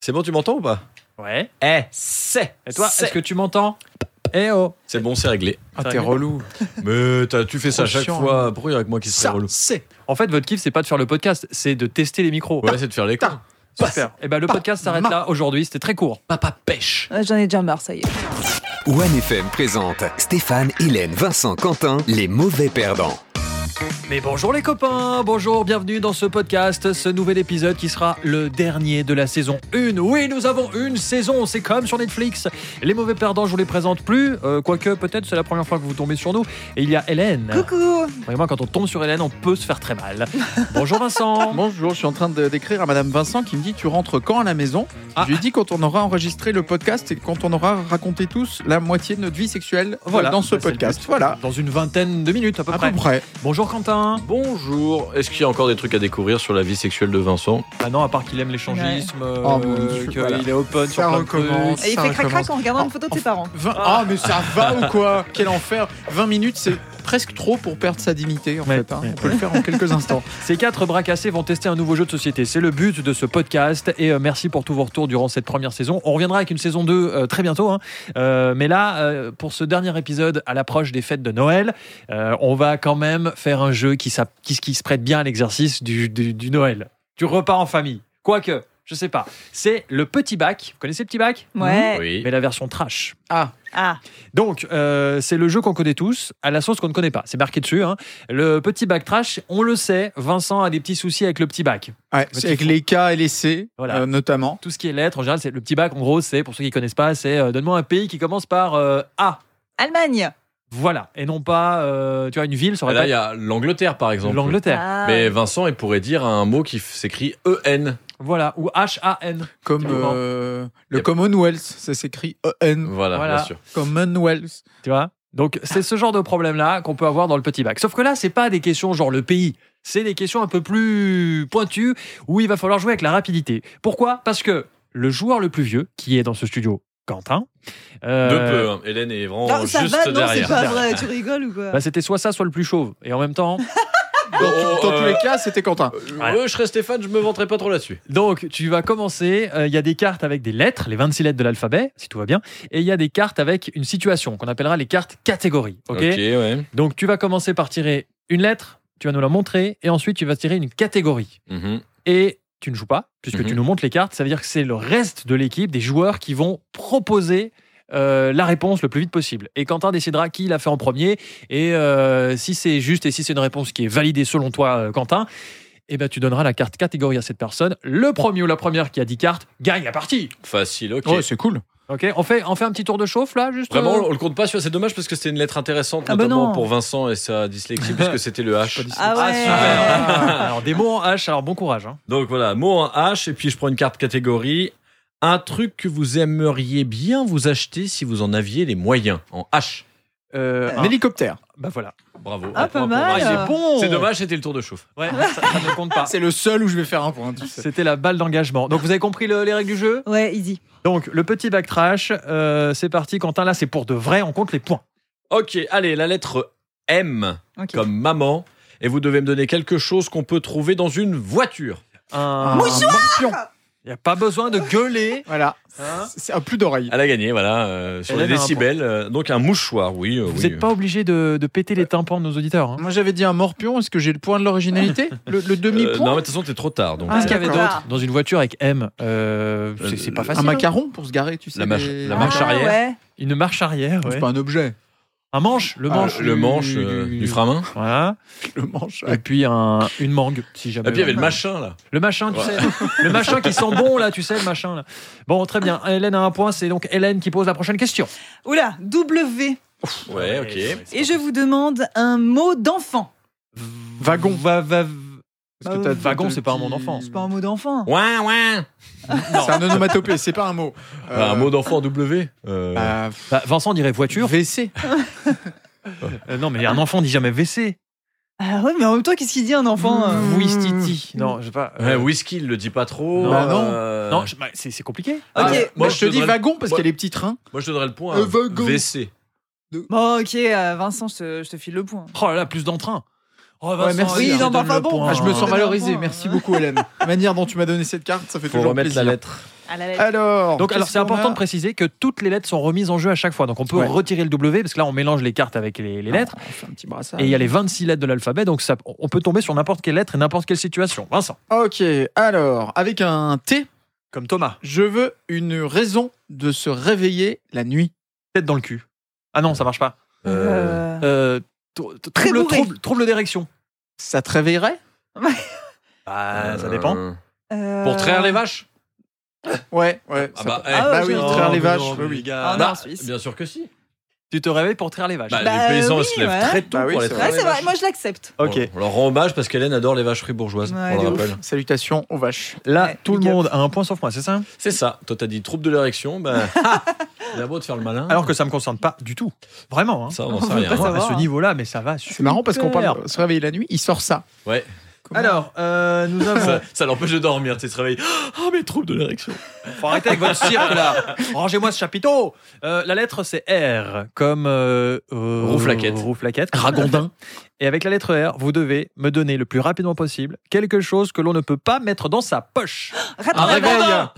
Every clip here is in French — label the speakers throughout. Speaker 1: C'est bon, tu m'entends ou pas
Speaker 2: Ouais.
Speaker 3: Eh, c'est.
Speaker 2: Et toi,
Speaker 3: c'est.
Speaker 2: est-ce que tu m'entends Eh oh
Speaker 1: C'est bon, c'est réglé.
Speaker 3: Ah,
Speaker 2: Ça
Speaker 3: t'es
Speaker 2: rigole.
Speaker 3: relou.
Speaker 1: Mais t'as- tu fais ça
Speaker 3: Trop
Speaker 1: chaque
Speaker 3: chiant,
Speaker 2: hein.
Speaker 1: fois. Pourquoi il y a que moi qui serait
Speaker 3: Ça,
Speaker 1: relou
Speaker 3: c'est.
Speaker 2: En fait, votre kiff, c'est pas de faire le podcast, c'est de tester les micros.
Speaker 1: Ouais, c'est de faire les cons.
Speaker 3: Putain.
Speaker 2: Super. Et ben le podcast s'arrête
Speaker 3: Ma-
Speaker 2: là aujourd'hui, c'était très court.
Speaker 3: Papa pêche.
Speaker 4: Ah, J'en ai déjà marre, ça y est.
Speaker 5: OneFM présente Stéphane, Hélène, Vincent, Quentin, les mauvais perdants.
Speaker 2: Mais bonjour les copains, bonjour, bienvenue dans ce podcast, ce nouvel épisode qui sera le dernier de la saison 1. Oui, nous avons une saison, c'est comme sur Netflix. Les mauvais perdants, je vous les présente plus, euh, quoique peut-être c'est la première fois que vous tombez sur nous. Et il y a Hélène.
Speaker 4: Coucou
Speaker 2: Vraiment, quand on tombe sur Hélène, on peut se faire très mal. Bonjour Vincent.
Speaker 6: Bonjour, je suis en train de- d'écrire à Madame Vincent qui me dit Tu rentres quand à la maison
Speaker 2: Ah.
Speaker 6: Je lui ai dit Quand on aura enregistré le podcast et quand on aura raconté tous la moitié de notre vie sexuelle euh,
Speaker 2: Voilà,
Speaker 6: dans ce
Speaker 2: ça, c'est le
Speaker 6: podcast.
Speaker 2: but. Ah
Speaker 6: Voilà,
Speaker 2: Dans une vingtaine de minutes à peu
Speaker 6: à
Speaker 2: près.
Speaker 6: peu près.
Speaker 2: Bonjour Quentin.
Speaker 1: Bonjour. Est-ce qu'il y a encore des trucs à découvrir sur la vie sexuelle de Vincent
Speaker 2: Ah non, à part qu'il aime l'échangisme, euh,
Speaker 6: Oh, mon Dieu,
Speaker 2: qu'il
Speaker 6: voilà.
Speaker 2: est open sur plein de
Speaker 6: recommence.
Speaker 2: trucs.
Speaker 4: Et il
Speaker 6: Ça
Speaker 4: fait crac-crac hein.
Speaker 6: recommence.
Speaker 4: en regardant une
Speaker 6: Oh,
Speaker 4: photo de
Speaker 6: oh,
Speaker 4: ses parents.
Speaker 6: Vingt- Ah, mais ça va ou quoi Quel enfer 20 minutes, c'est presque trop pour perdre sa dignité en
Speaker 2: Ouais,
Speaker 6: fait. hein.
Speaker 2: ouais.
Speaker 6: On peut le faire en quelques instants.
Speaker 2: Ces quatre bras cassés vont tester un nouveau jeu de société. C'est le but de ce podcast. Et euh, merci pour tous vos retours durant cette première saison. On reviendra avec une saison 2 euh, très bientôt. hein. Euh, mais là, euh, pour ce dernier épisode, à l'approche des fêtes de Noël, euh, on va quand même faire un jeu qui, s'app- qui, qui se prête bien à l'exercice du, du- du Noël, du repas en famille. Quoique, je sais pas. C'est le petit bac. Vous connaissez le petit bac
Speaker 4: Ouais.
Speaker 1: Mmh. Oui.
Speaker 2: Mais la version trash.
Speaker 4: Ah,
Speaker 2: Donc, euh, c'est le jeu qu'on connaît tous, à la sauce qu'on ne connaît pas. C'est marqué dessus. hein. Le petit bac trash, on le sait, Vincent a des petits soucis avec le petit bac.
Speaker 6: Ouais, c'est avec les K et les C,
Speaker 2: Voilà.
Speaker 6: euh, notamment.
Speaker 2: Tout ce qui est lettres, en général, c'est le petit bac, en gros, c'est, pour ceux qui ne connaissent pas, c'est euh, donne-moi un pays qui commence par euh, A.
Speaker 4: Allemagne
Speaker 2: Voilà. Et non pas, euh, tu vois, une ville, ça aurait
Speaker 1: Ah, Là,
Speaker 2: pas
Speaker 1: il y a l'Angleterre, par exemple.
Speaker 2: l'Angleterre.
Speaker 4: Ah.
Speaker 1: Mais Vincent, il pourrait dire un mot qui f- s'écrit EN.
Speaker 2: Voilà. Ou H-A-N.
Speaker 6: Comme
Speaker 2: Carrément.
Speaker 6: euh, le
Speaker 1: Yep.
Speaker 6: Commonwealth, ça s'écrit E-N.
Speaker 1: Voilà,
Speaker 2: Voilà.
Speaker 1: bien sûr.
Speaker 6: Commonwealth.
Speaker 2: Tu vois Donc, c'est ce genre de problème-là qu'on peut avoir dans le petit bac. Sauf que là, c'est pas des questions genre le pays. C'est des questions un peu plus pointues où il va falloir jouer avec la rapidité. Pourquoi Parce que le joueur le plus vieux, qui est dans ce studio, Quentin, euh,
Speaker 1: De peu. hein. Hélène est vraiment
Speaker 4: Non, ça
Speaker 1: juste
Speaker 4: va, non, c'est
Speaker 1: derrière.
Speaker 4: pas vrai, tu rigoles ou
Speaker 1: hein.
Speaker 4: quoi
Speaker 2: bah, c'était soit ça, soit le plus chauve. Et en même temps,
Speaker 6: Dans,
Speaker 1: Oh,
Speaker 6: dans tous
Speaker 1: euh,
Speaker 6: les cas, c'était Quentin.
Speaker 1: Euh,
Speaker 2: Voilà.
Speaker 1: euh, je serais Stéphane, je me vanterais pas trop là-dessus.
Speaker 2: donc tu vas commencer. euh, Il y a des cartes avec des lettres, les 26 lettres de l'alphabet, si tout va bien. Et il y a des cartes avec une situation qu'on appellera les cartes catégories. Ok.
Speaker 1: ouais.
Speaker 2: Donc tu vas commencer par tirer une lettre, tu vas nous la montrer, et ensuite tu vas tirer une catégorie.
Speaker 1: Mhm.
Speaker 2: et tu ne joues pas, puisque
Speaker 1: Mhm.
Speaker 2: tu nous montres les cartes. Ça veut dire que c'est le reste de l'équipe, des joueurs qui vont proposer euh, la réponse le plus vite possible. Et Quentin décidera qui l'a fait en premier. Et euh, si c'est juste et si c'est une réponse qui est validée selon toi, euh, Quentin, eh ben, tu donneras la carte catégorie à cette personne. Le premier ou la première qui a 10 cartes gagne la partie.
Speaker 1: Facile,
Speaker 2: Oh,
Speaker 1: ok.
Speaker 6: Ouais, c'est cool.
Speaker 2: Ok, on fait, on fait un petit tour de chauffe là, juste.
Speaker 1: Vraiment,
Speaker 2: euh,
Speaker 1: on le compte pas, tu vois, c'est dommage parce que c'était une lettre intéressante,
Speaker 2: Ah bah
Speaker 1: notamment
Speaker 2: non.
Speaker 1: pour Vincent et sa dyslexie, puisque c'était le H.
Speaker 4: Ah
Speaker 2: Ah,
Speaker 4: ouais
Speaker 2: super. alors des mots en H, alors bon courage. hein.
Speaker 1: Donc voilà, mot en H, et puis je prends une carte catégorie. Un truc que vous aimeriez bien vous acheter si vous en aviez les moyens, en H.
Speaker 6: Euh, un hélicoptère.
Speaker 2: Bah voilà.
Speaker 1: Bravo.
Speaker 4: Ah,
Speaker 1: Un point
Speaker 4: pas
Speaker 1: pour
Speaker 4: mal.
Speaker 1: Brice.
Speaker 4: Ah.
Speaker 2: bon.
Speaker 1: C'est dommage, c'était le tour de chauffe.
Speaker 2: Ouais, ça, ça ne compte pas.
Speaker 6: C'est le seul où je vais faire un point. tu sais.
Speaker 2: C'était la balle d'engagement. Donc vous avez compris le- les règles du jeu
Speaker 4: Ouais, easy.
Speaker 2: Donc, le petit backtrash, euh, c'est parti, Quentin. Là, c'est pour de vrai, on compte les points.
Speaker 1: Ok, allez, la lettre M,
Speaker 4: Ok.
Speaker 1: comme maman. Et vous devez me donner quelque chose qu'on peut trouver dans une voiture.
Speaker 6: Ah,
Speaker 2: Un morpion. Il n'y a pas besoin de gueuler.
Speaker 6: Voilà.
Speaker 2: hein.
Speaker 6: C'est à plus d'oreilles.
Speaker 1: Elle a gagné, voilà, euh, sur
Speaker 2: Elle
Speaker 1: les
Speaker 2: a un
Speaker 1: décibels. euh, donc un mouchoir, oui. euh,
Speaker 2: Vous
Speaker 1: oui.
Speaker 2: n'êtes pas obligé de, de péter les tympans de nos auditeurs. hein.
Speaker 6: Moi j'avais dit un morpion, est-ce que j'ai le point de l'originalité Le, le
Speaker 1: Euh, non,
Speaker 6: demi-point
Speaker 1: mais de toute façon, t'es trop tard. Donc,
Speaker 6: Ah,
Speaker 2: Qu'est-ce qu'il y avait
Speaker 6: d'accord.
Speaker 2: d'autre Dans une voiture avec M, euh, c'est- c'est pas
Speaker 6: Un
Speaker 2: facile.
Speaker 6: macaron pour se garer, tu sais.
Speaker 1: La marche-
Speaker 6: les-
Speaker 1: la marche
Speaker 4: Ah,
Speaker 1: arrière.
Speaker 4: Ouais.
Speaker 2: Une marche arrière.
Speaker 6: C'est
Speaker 2: ouais.
Speaker 6: pas un objet.
Speaker 2: Un manche, le
Speaker 6: Ah,
Speaker 2: manche.
Speaker 1: le manche euh,
Speaker 6: du-
Speaker 1: du frein-main.
Speaker 2: Voilà.
Speaker 6: Le manche.
Speaker 2: Et puis un, une mangue, si jamais.
Speaker 1: Et Ah, puis il y avait le machin, là.
Speaker 2: Le machin, tu
Speaker 1: Ouais.
Speaker 2: sais. Le machin qui sent bon, là, tu sais, le machin. Là. Bon, très bien. Hélène a un point. C'est donc Hélène qui pose la prochaine question.
Speaker 4: Oula, W.
Speaker 1: Ouais, Eh, ok.
Speaker 4: Et je vous demande un mot d'enfant.
Speaker 6: Wagon.
Speaker 2: Va, va-
Speaker 6: Parce que t'as-
Speaker 2: wagon,
Speaker 6: t'as
Speaker 2: c'est
Speaker 6: le
Speaker 2: pas un mot
Speaker 6: petit-
Speaker 2: d'enfant.
Speaker 4: C'est pas un mot d'enfant.
Speaker 1: Ouais, ouais.
Speaker 6: C'est un onomatopée, c'est pas un mot.
Speaker 1: Ah,
Speaker 6: Euh,
Speaker 1: un mot d'enfant en W euh,
Speaker 6: bah, pff,
Speaker 2: Bah, Vincent dirait voiture.
Speaker 6: WC.
Speaker 2: Euh, non, mais un enfant dit jamais WC.
Speaker 4: Ah ouais, mais en même temps, qu'est-ce qu'il dit un
Speaker 1: Mmh.
Speaker 4: enfant euh
Speaker 2: Oui, Stiti. Non, je sais pas.
Speaker 1: Ouais,
Speaker 2: euh,
Speaker 1: whisky, il le dit pas trop.
Speaker 2: Non.
Speaker 6: Bah, non.
Speaker 1: Euh,
Speaker 2: Non, je- bah, c'est c'est compliqué.
Speaker 1: Ah,
Speaker 4: Ok.
Speaker 1: moi, je
Speaker 6: je te dis
Speaker 1: donnerais-
Speaker 6: wagon parce
Speaker 1: moi-
Speaker 6: qu'il y a les petits trains.
Speaker 1: Moi, je donnerais le point.
Speaker 6: Un
Speaker 1: à
Speaker 6: wagon.
Speaker 1: VC.
Speaker 4: Bon, ok, euh, Vincent, je te, je te file le point.
Speaker 2: Oh là là, plus d'entrain. Oh,
Speaker 6: Ouais, merci.
Speaker 2: allez,
Speaker 4: Oui, non,
Speaker 2: redonne
Speaker 4: bah,
Speaker 2: le
Speaker 4: enfin bon,
Speaker 2: point.
Speaker 6: Ah, je me
Speaker 4: Oh,
Speaker 6: sens
Speaker 4: mais
Speaker 6: valorisé.
Speaker 4: non.
Speaker 6: Merci beaucoup, Hélène. La manière dont tu m'as donné cette carte, ça fait
Speaker 1: Faut
Speaker 6: toujours
Speaker 1: remettre
Speaker 6: plaisir.
Speaker 1: la lettre.
Speaker 4: À la lettre.
Speaker 6: Alors,
Speaker 2: Donc alors
Speaker 6: qu'est-ce
Speaker 2: c'est
Speaker 6: qu'on
Speaker 2: important
Speaker 6: a
Speaker 2: de préciser que toutes les lettres sont remises en jeu à chaque fois. Donc on peut
Speaker 6: Ouais.
Speaker 2: retirer le W parce que là on mélange les cartes avec les, les lettres
Speaker 6: On fait un petit brassage.
Speaker 2: et il y a les 26 lettres de l'alphabet donc ça, on peut tomber sur n'importe quelle lettre et n'importe quelle situation. Vincent,
Speaker 6: Ok, alors, avec un T,
Speaker 2: comme Thomas,
Speaker 6: je veux une raison de se réveiller la nuit.
Speaker 2: tête dans le cul. Ah non, ça marche pas.
Speaker 1: Euh,
Speaker 4: Euh,
Speaker 2: Euh, tr- tr-
Speaker 4: Très
Speaker 2: trouble,
Speaker 4: bourré.
Speaker 2: trouble, trouble d'érection.
Speaker 6: Ça te réveillerait
Speaker 2: Bah, ça dépend.
Speaker 1: euh,
Speaker 4: euh,
Speaker 1: Pour traire les vaches
Speaker 6: Ouais, ouais.
Speaker 1: Ah
Speaker 6: ça-
Speaker 1: bah, eh,
Speaker 4: Ah,
Speaker 6: bah
Speaker 4: ouais,
Speaker 6: oui,
Speaker 4: j'avoue.
Speaker 6: traire les
Speaker 2: mais
Speaker 6: vaches.
Speaker 2: non, mais
Speaker 6: oui, oui.
Speaker 2: les gars.
Speaker 4: Ah,
Speaker 1: bah,
Speaker 4: en Suisse.
Speaker 1: bien sûr que si.
Speaker 2: Tu te réveilles pour traire les vaches.
Speaker 1: Bah,
Speaker 4: Bah,
Speaker 1: les paysans
Speaker 4: oui,
Speaker 1: ils se lèvent
Speaker 4: ouais.
Speaker 1: très tôt
Speaker 6: Bah oui,
Speaker 1: pour les
Speaker 6: c'est
Speaker 1: traire.
Speaker 4: Ouais,
Speaker 1: les
Speaker 4: c'est vrai,
Speaker 1: vaches.
Speaker 4: moi je l'accepte.
Speaker 2: ok.
Speaker 1: On leur rend hommage parce qu'Hélène adore les vaches fribourgeoises,
Speaker 4: Ouais,
Speaker 1: on
Speaker 4: de
Speaker 1: le
Speaker 4: ouf.
Speaker 1: rappelle.
Speaker 6: Salutations aux vaches.
Speaker 2: Là,
Speaker 4: Ouais,
Speaker 2: tout le
Speaker 4: big up.
Speaker 2: monde a un point sur moi, c'est ça
Speaker 1: C'est ça. Toi, t'as dit trouble de l'érection. Ben, il a beau de faire le malin.
Speaker 2: Alors que ça me concerne pas du tout. Vraiment. hein.
Speaker 1: ça, on n'en
Speaker 4: On
Speaker 1: sait
Speaker 4: veut
Speaker 1: rien.
Speaker 4: pas
Speaker 2: Moi,
Speaker 4: savoir.
Speaker 2: à ce niveau-là, mais ça va.
Speaker 6: C'est marrant parce qu'on
Speaker 2: super.
Speaker 6: parle de se réveiller la nuit, il sort ça.
Speaker 1: Ouais.
Speaker 6: Comment-
Speaker 2: Alors, euh, nous avons.
Speaker 1: Ça, ça l'empêche de dormir, tu sais, se réveille. Ah, mes troubles de l'érection.
Speaker 2: Faut arrêter avec votre cirque là. Rangez-moi ce chapiteau. Euh, la lettre c'est R comme euh, euh,
Speaker 1: Rouflaquette.
Speaker 2: Rouflaquette. Ragondin. Et avec la lettre R, vous devez me donner le plus rapidement possible quelque chose que l'on ne peut pas mettre dans sa poche.
Speaker 4: Raton
Speaker 1: Un
Speaker 4: laveur.
Speaker 1: ragondin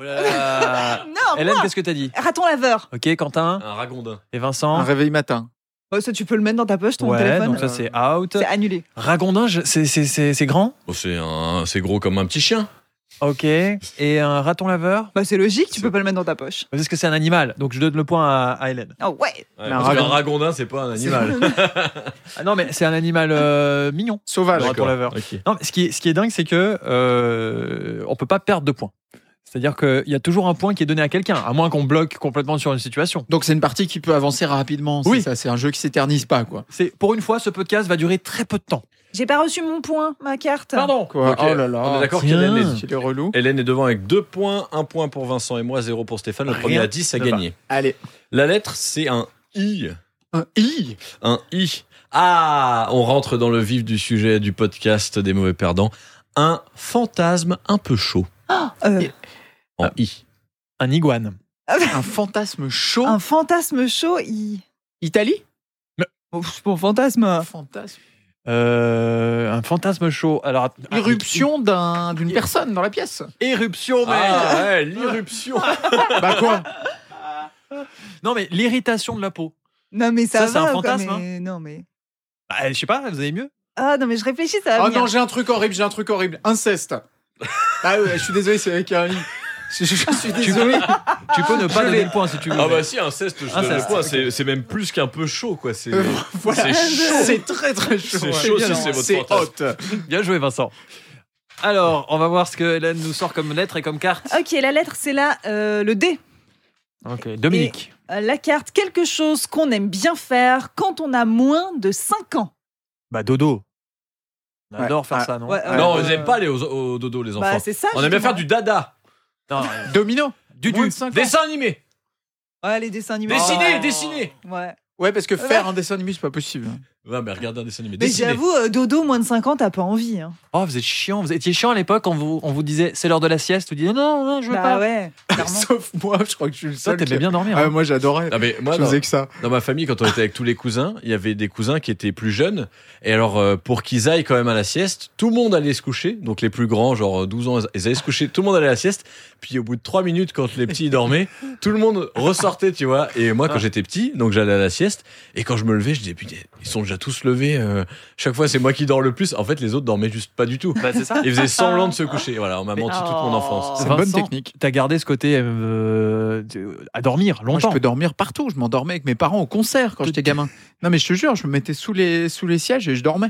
Speaker 2: Oh là là.
Speaker 4: Non,
Speaker 2: Hélène, qu'est-ce que t'as dit
Speaker 4: raton laveur.
Speaker 2: Ok, Quentin
Speaker 1: Un ragondin.
Speaker 2: et
Speaker 6: Un
Speaker 2: Vincent.
Speaker 6: réveil matin.
Speaker 4: Oh, ça, tu peux le mettre dans ta poche, ton
Speaker 2: ouais,
Speaker 4: téléphone.
Speaker 2: donc ça c'est out.
Speaker 4: C'est annulé.
Speaker 2: Ragondin, je- c'est- c'est c'est- c'est grand.
Speaker 1: Oh, c'est un, c'est gros comme un petit chien.
Speaker 2: Ok. Et un raton laveur.
Speaker 4: Bah, c'est logique, tu
Speaker 1: C'est-
Speaker 4: peux pas le mettre dans ta poche.
Speaker 2: Parce que c'est un animal. Donc je donne le point à, à Hélène.
Speaker 4: Ah ouais.
Speaker 1: Ouais,
Speaker 6: Un
Speaker 1: parce qu'un
Speaker 6: ragondin.
Speaker 1: ragondin, c'est pas un animal.
Speaker 2: Ah non mais c'est un animal euh, mignon.
Speaker 6: Sauvage.
Speaker 2: Le raton
Speaker 1: D'accord,
Speaker 2: laveur.
Speaker 1: ok.
Speaker 2: Non, mais ce qui est, ce qui est dingue, c'est que euh, on peut pas perdre de points. C'est-à-dire qu'il y a toujours un point qui est donné à quelqu'un, à moins qu'on bloque complètement sur une situation.
Speaker 6: Donc c'est une partie qui peut avancer rapidement. c'est
Speaker 2: Oui.
Speaker 6: ça, c'est un jeu qui s'éternise pas quoi.
Speaker 2: C'est pour une fois, ce podcast va durer très peu de temps.
Speaker 4: J'ai pas reçu mon point, ma carte.
Speaker 2: Pardon.
Speaker 6: Quoi
Speaker 1: Ok,
Speaker 6: Oh là là.
Speaker 1: On est d'accord
Speaker 2: Rien.
Speaker 1: qu'Hélène est,
Speaker 6: C'est le relou.
Speaker 1: Hélène est devant avec deux points, un point pour Vincent et moi, zéro pour Stéphane. Le
Speaker 2: Rien
Speaker 1: premier à 10 a
Speaker 2: ne va.
Speaker 1: gagné.
Speaker 6: Allez.
Speaker 1: La lettre, c'est un I.
Speaker 6: Un I.
Speaker 1: Un I. Ah, on rentre dans le vif du sujet du podcast des mauvais perdants. Un fantasme un peu chaud
Speaker 4: Euh,
Speaker 1: en I.
Speaker 2: Un iguane.
Speaker 6: Un fantasme chaud.
Speaker 4: un fantasme chaud, il.
Speaker 6: Italie
Speaker 4: Bon, Oh, c'est mon fantasme.
Speaker 6: fantasme.
Speaker 2: Euh, un fantasme chaud. Alors, ah, att-
Speaker 6: Irruption d'un- d'une personne dans la pièce.
Speaker 2: Éruption, mec.
Speaker 1: Ah ouais, l'irruption.
Speaker 6: bah quoi
Speaker 2: Non, mais l'irritation de la peau.
Speaker 4: Non, mais ça,
Speaker 2: Ça, c'est
Speaker 4: va.
Speaker 2: un
Speaker 4: quoi,
Speaker 2: fantasme,
Speaker 4: mais- Non, mais.
Speaker 2: Ah, je sais pas, vous avez mieux
Speaker 4: Ah, non, mais je réfléchis, ça va.
Speaker 6: Oh
Speaker 4: venir.
Speaker 6: non, j'ai un truc horrible, j'ai un truc horrible. Inceste. Ah ouais, je suis désolé, c'est avec un I. Je, je- je suis désolé.
Speaker 2: Tu peux ne pas donner le point si tu veux.
Speaker 1: Ah bah si, inceste, je te donne le
Speaker 2: Inceste,
Speaker 1: point. C'est c'est même plus qu'un peu chaud, quoi. C'est.
Speaker 6: Euh, voilà.
Speaker 1: C'est chaud.
Speaker 6: C'est très très chaud.
Speaker 1: C'est
Speaker 6: ouais.
Speaker 1: chaud si
Speaker 6: violent.
Speaker 1: c'est votre
Speaker 6: hot.
Speaker 1: fantasme.
Speaker 2: Bien joué, Vincent. Alors, on va voir ce que Hélène nous sort comme lettre et comme carte.
Speaker 4: Ok, la lettre, c'est là euh, le D.
Speaker 2: Ok, Dominique.
Speaker 4: Euh, La carte, quelque chose qu'on aime bien faire quand on a moins de 5 ans.
Speaker 2: Bah, dodo. On
Speaker 6: Ouais.
Speaker 2: adore faire
Speaker 6: Ah,
Speaker 2: ça, non
Speaker 4: ouais, euh,
Speaker 1: Non,
Speaker 4: Ouais.
Speaker 1: ils aiment pas aller au, au dodo, les enfants.
Speaker 4: Bah, c'est ça.
Speaker 1: on aime bien faire
Speaker 4: justement.
Speaker 1: du dada,
Speaker 2: Non,
Speaker 6: Domino.
Speaker 1: du
Speaker 6: Moins
Speaker 1: du,
Speaker 6: de cinq ans.
Speaker 1: dessin animé,
Speaker 4: Ouais, les dessins animés.
Speaker 1: dessiner,
Speaker 6: Oh.
Speaker 1: dessiner.
Speaker 4: Ouais.
Speaker 6: Ouais, parce que faire un dessin animé, c'est pas possible.
Speaker 1: Va, mais regarde un dessin animé,
Speaker 4: Mais
Speaker 1: dessiner.
Speaker 4: j'avoue, euh, dodo, moins de 5 ans, t'as pas envie. Hein.
Speaker 2: Oh, vous êtes chiant. Vous étiez chiant à l'époque quand vous, on vous disait c'est l'heure de la sieste. Vous disiez non, non, je veux
Speaker 4: Bah
Speaker 2: pas.
Speaker 4: ouais, clairement.
Speaker 6: Sauf moi, je crois que je suis le
Speaker 2: Toi,
Speaker 6: seul.
Speaker 2: t'aimais
Speaker 6: qui-
Speaker 2: bien dormir.
Speaker 6: Ah,
Speaker 2: hein.
Speaker 6: moi, j'adorais.
Speaker 1: Non, mais moi,
Speaker 6: je
Speaker 1: dans,
Speaker 6: faisais que ça.
Speaker 1: dans ma famille, quand on était avec tous les cousins, il y avait des cousins qui étaient plus jeunes. Et alors, euh, pour qu'ils aillent quand même à la sieste, tout le monde allait se coucher. Donc, les plus grands, genre euh, 12 ans, ils allaient se coucher. Tout le monde allait à la sieste. Puis, au bout de 3 minutes, quand les petits dormaient, tout le monde ressortait, tu vois. Et moi, quand j'étais petit, donc j'allais à la sieste. Et quand je me levais, je disais, putain, ils sont déjà tous levés. euh, chaque fois, c'est moi qui dors le plus. En fait, les autres dormaient juste pas du tout.
Speaker 2: Bah, c'est ça.
Speaker 1: Ils faisaient semblant de se coucher. Voilà, on m'a
Speaker 2: Mais-
Speaker 1: menti toute mon
Speaker 4: Oh.
Speaker 1: enfance.
Speaker 6: C'est une bonne
Speaker 2: Vincent,
Speaker 6: technique.
Speaker 2: T'as gardé ce côté euh, de- à dormir
Speaker 6: Moi, je
Speaker 2: longtemps.
Speaker 6: peux dormir partout. Je m'endormais avec mes parents au concert quand j'étais gamin. Non, mais je te jure, je me mettais sous les, sous les sièges et je dormais.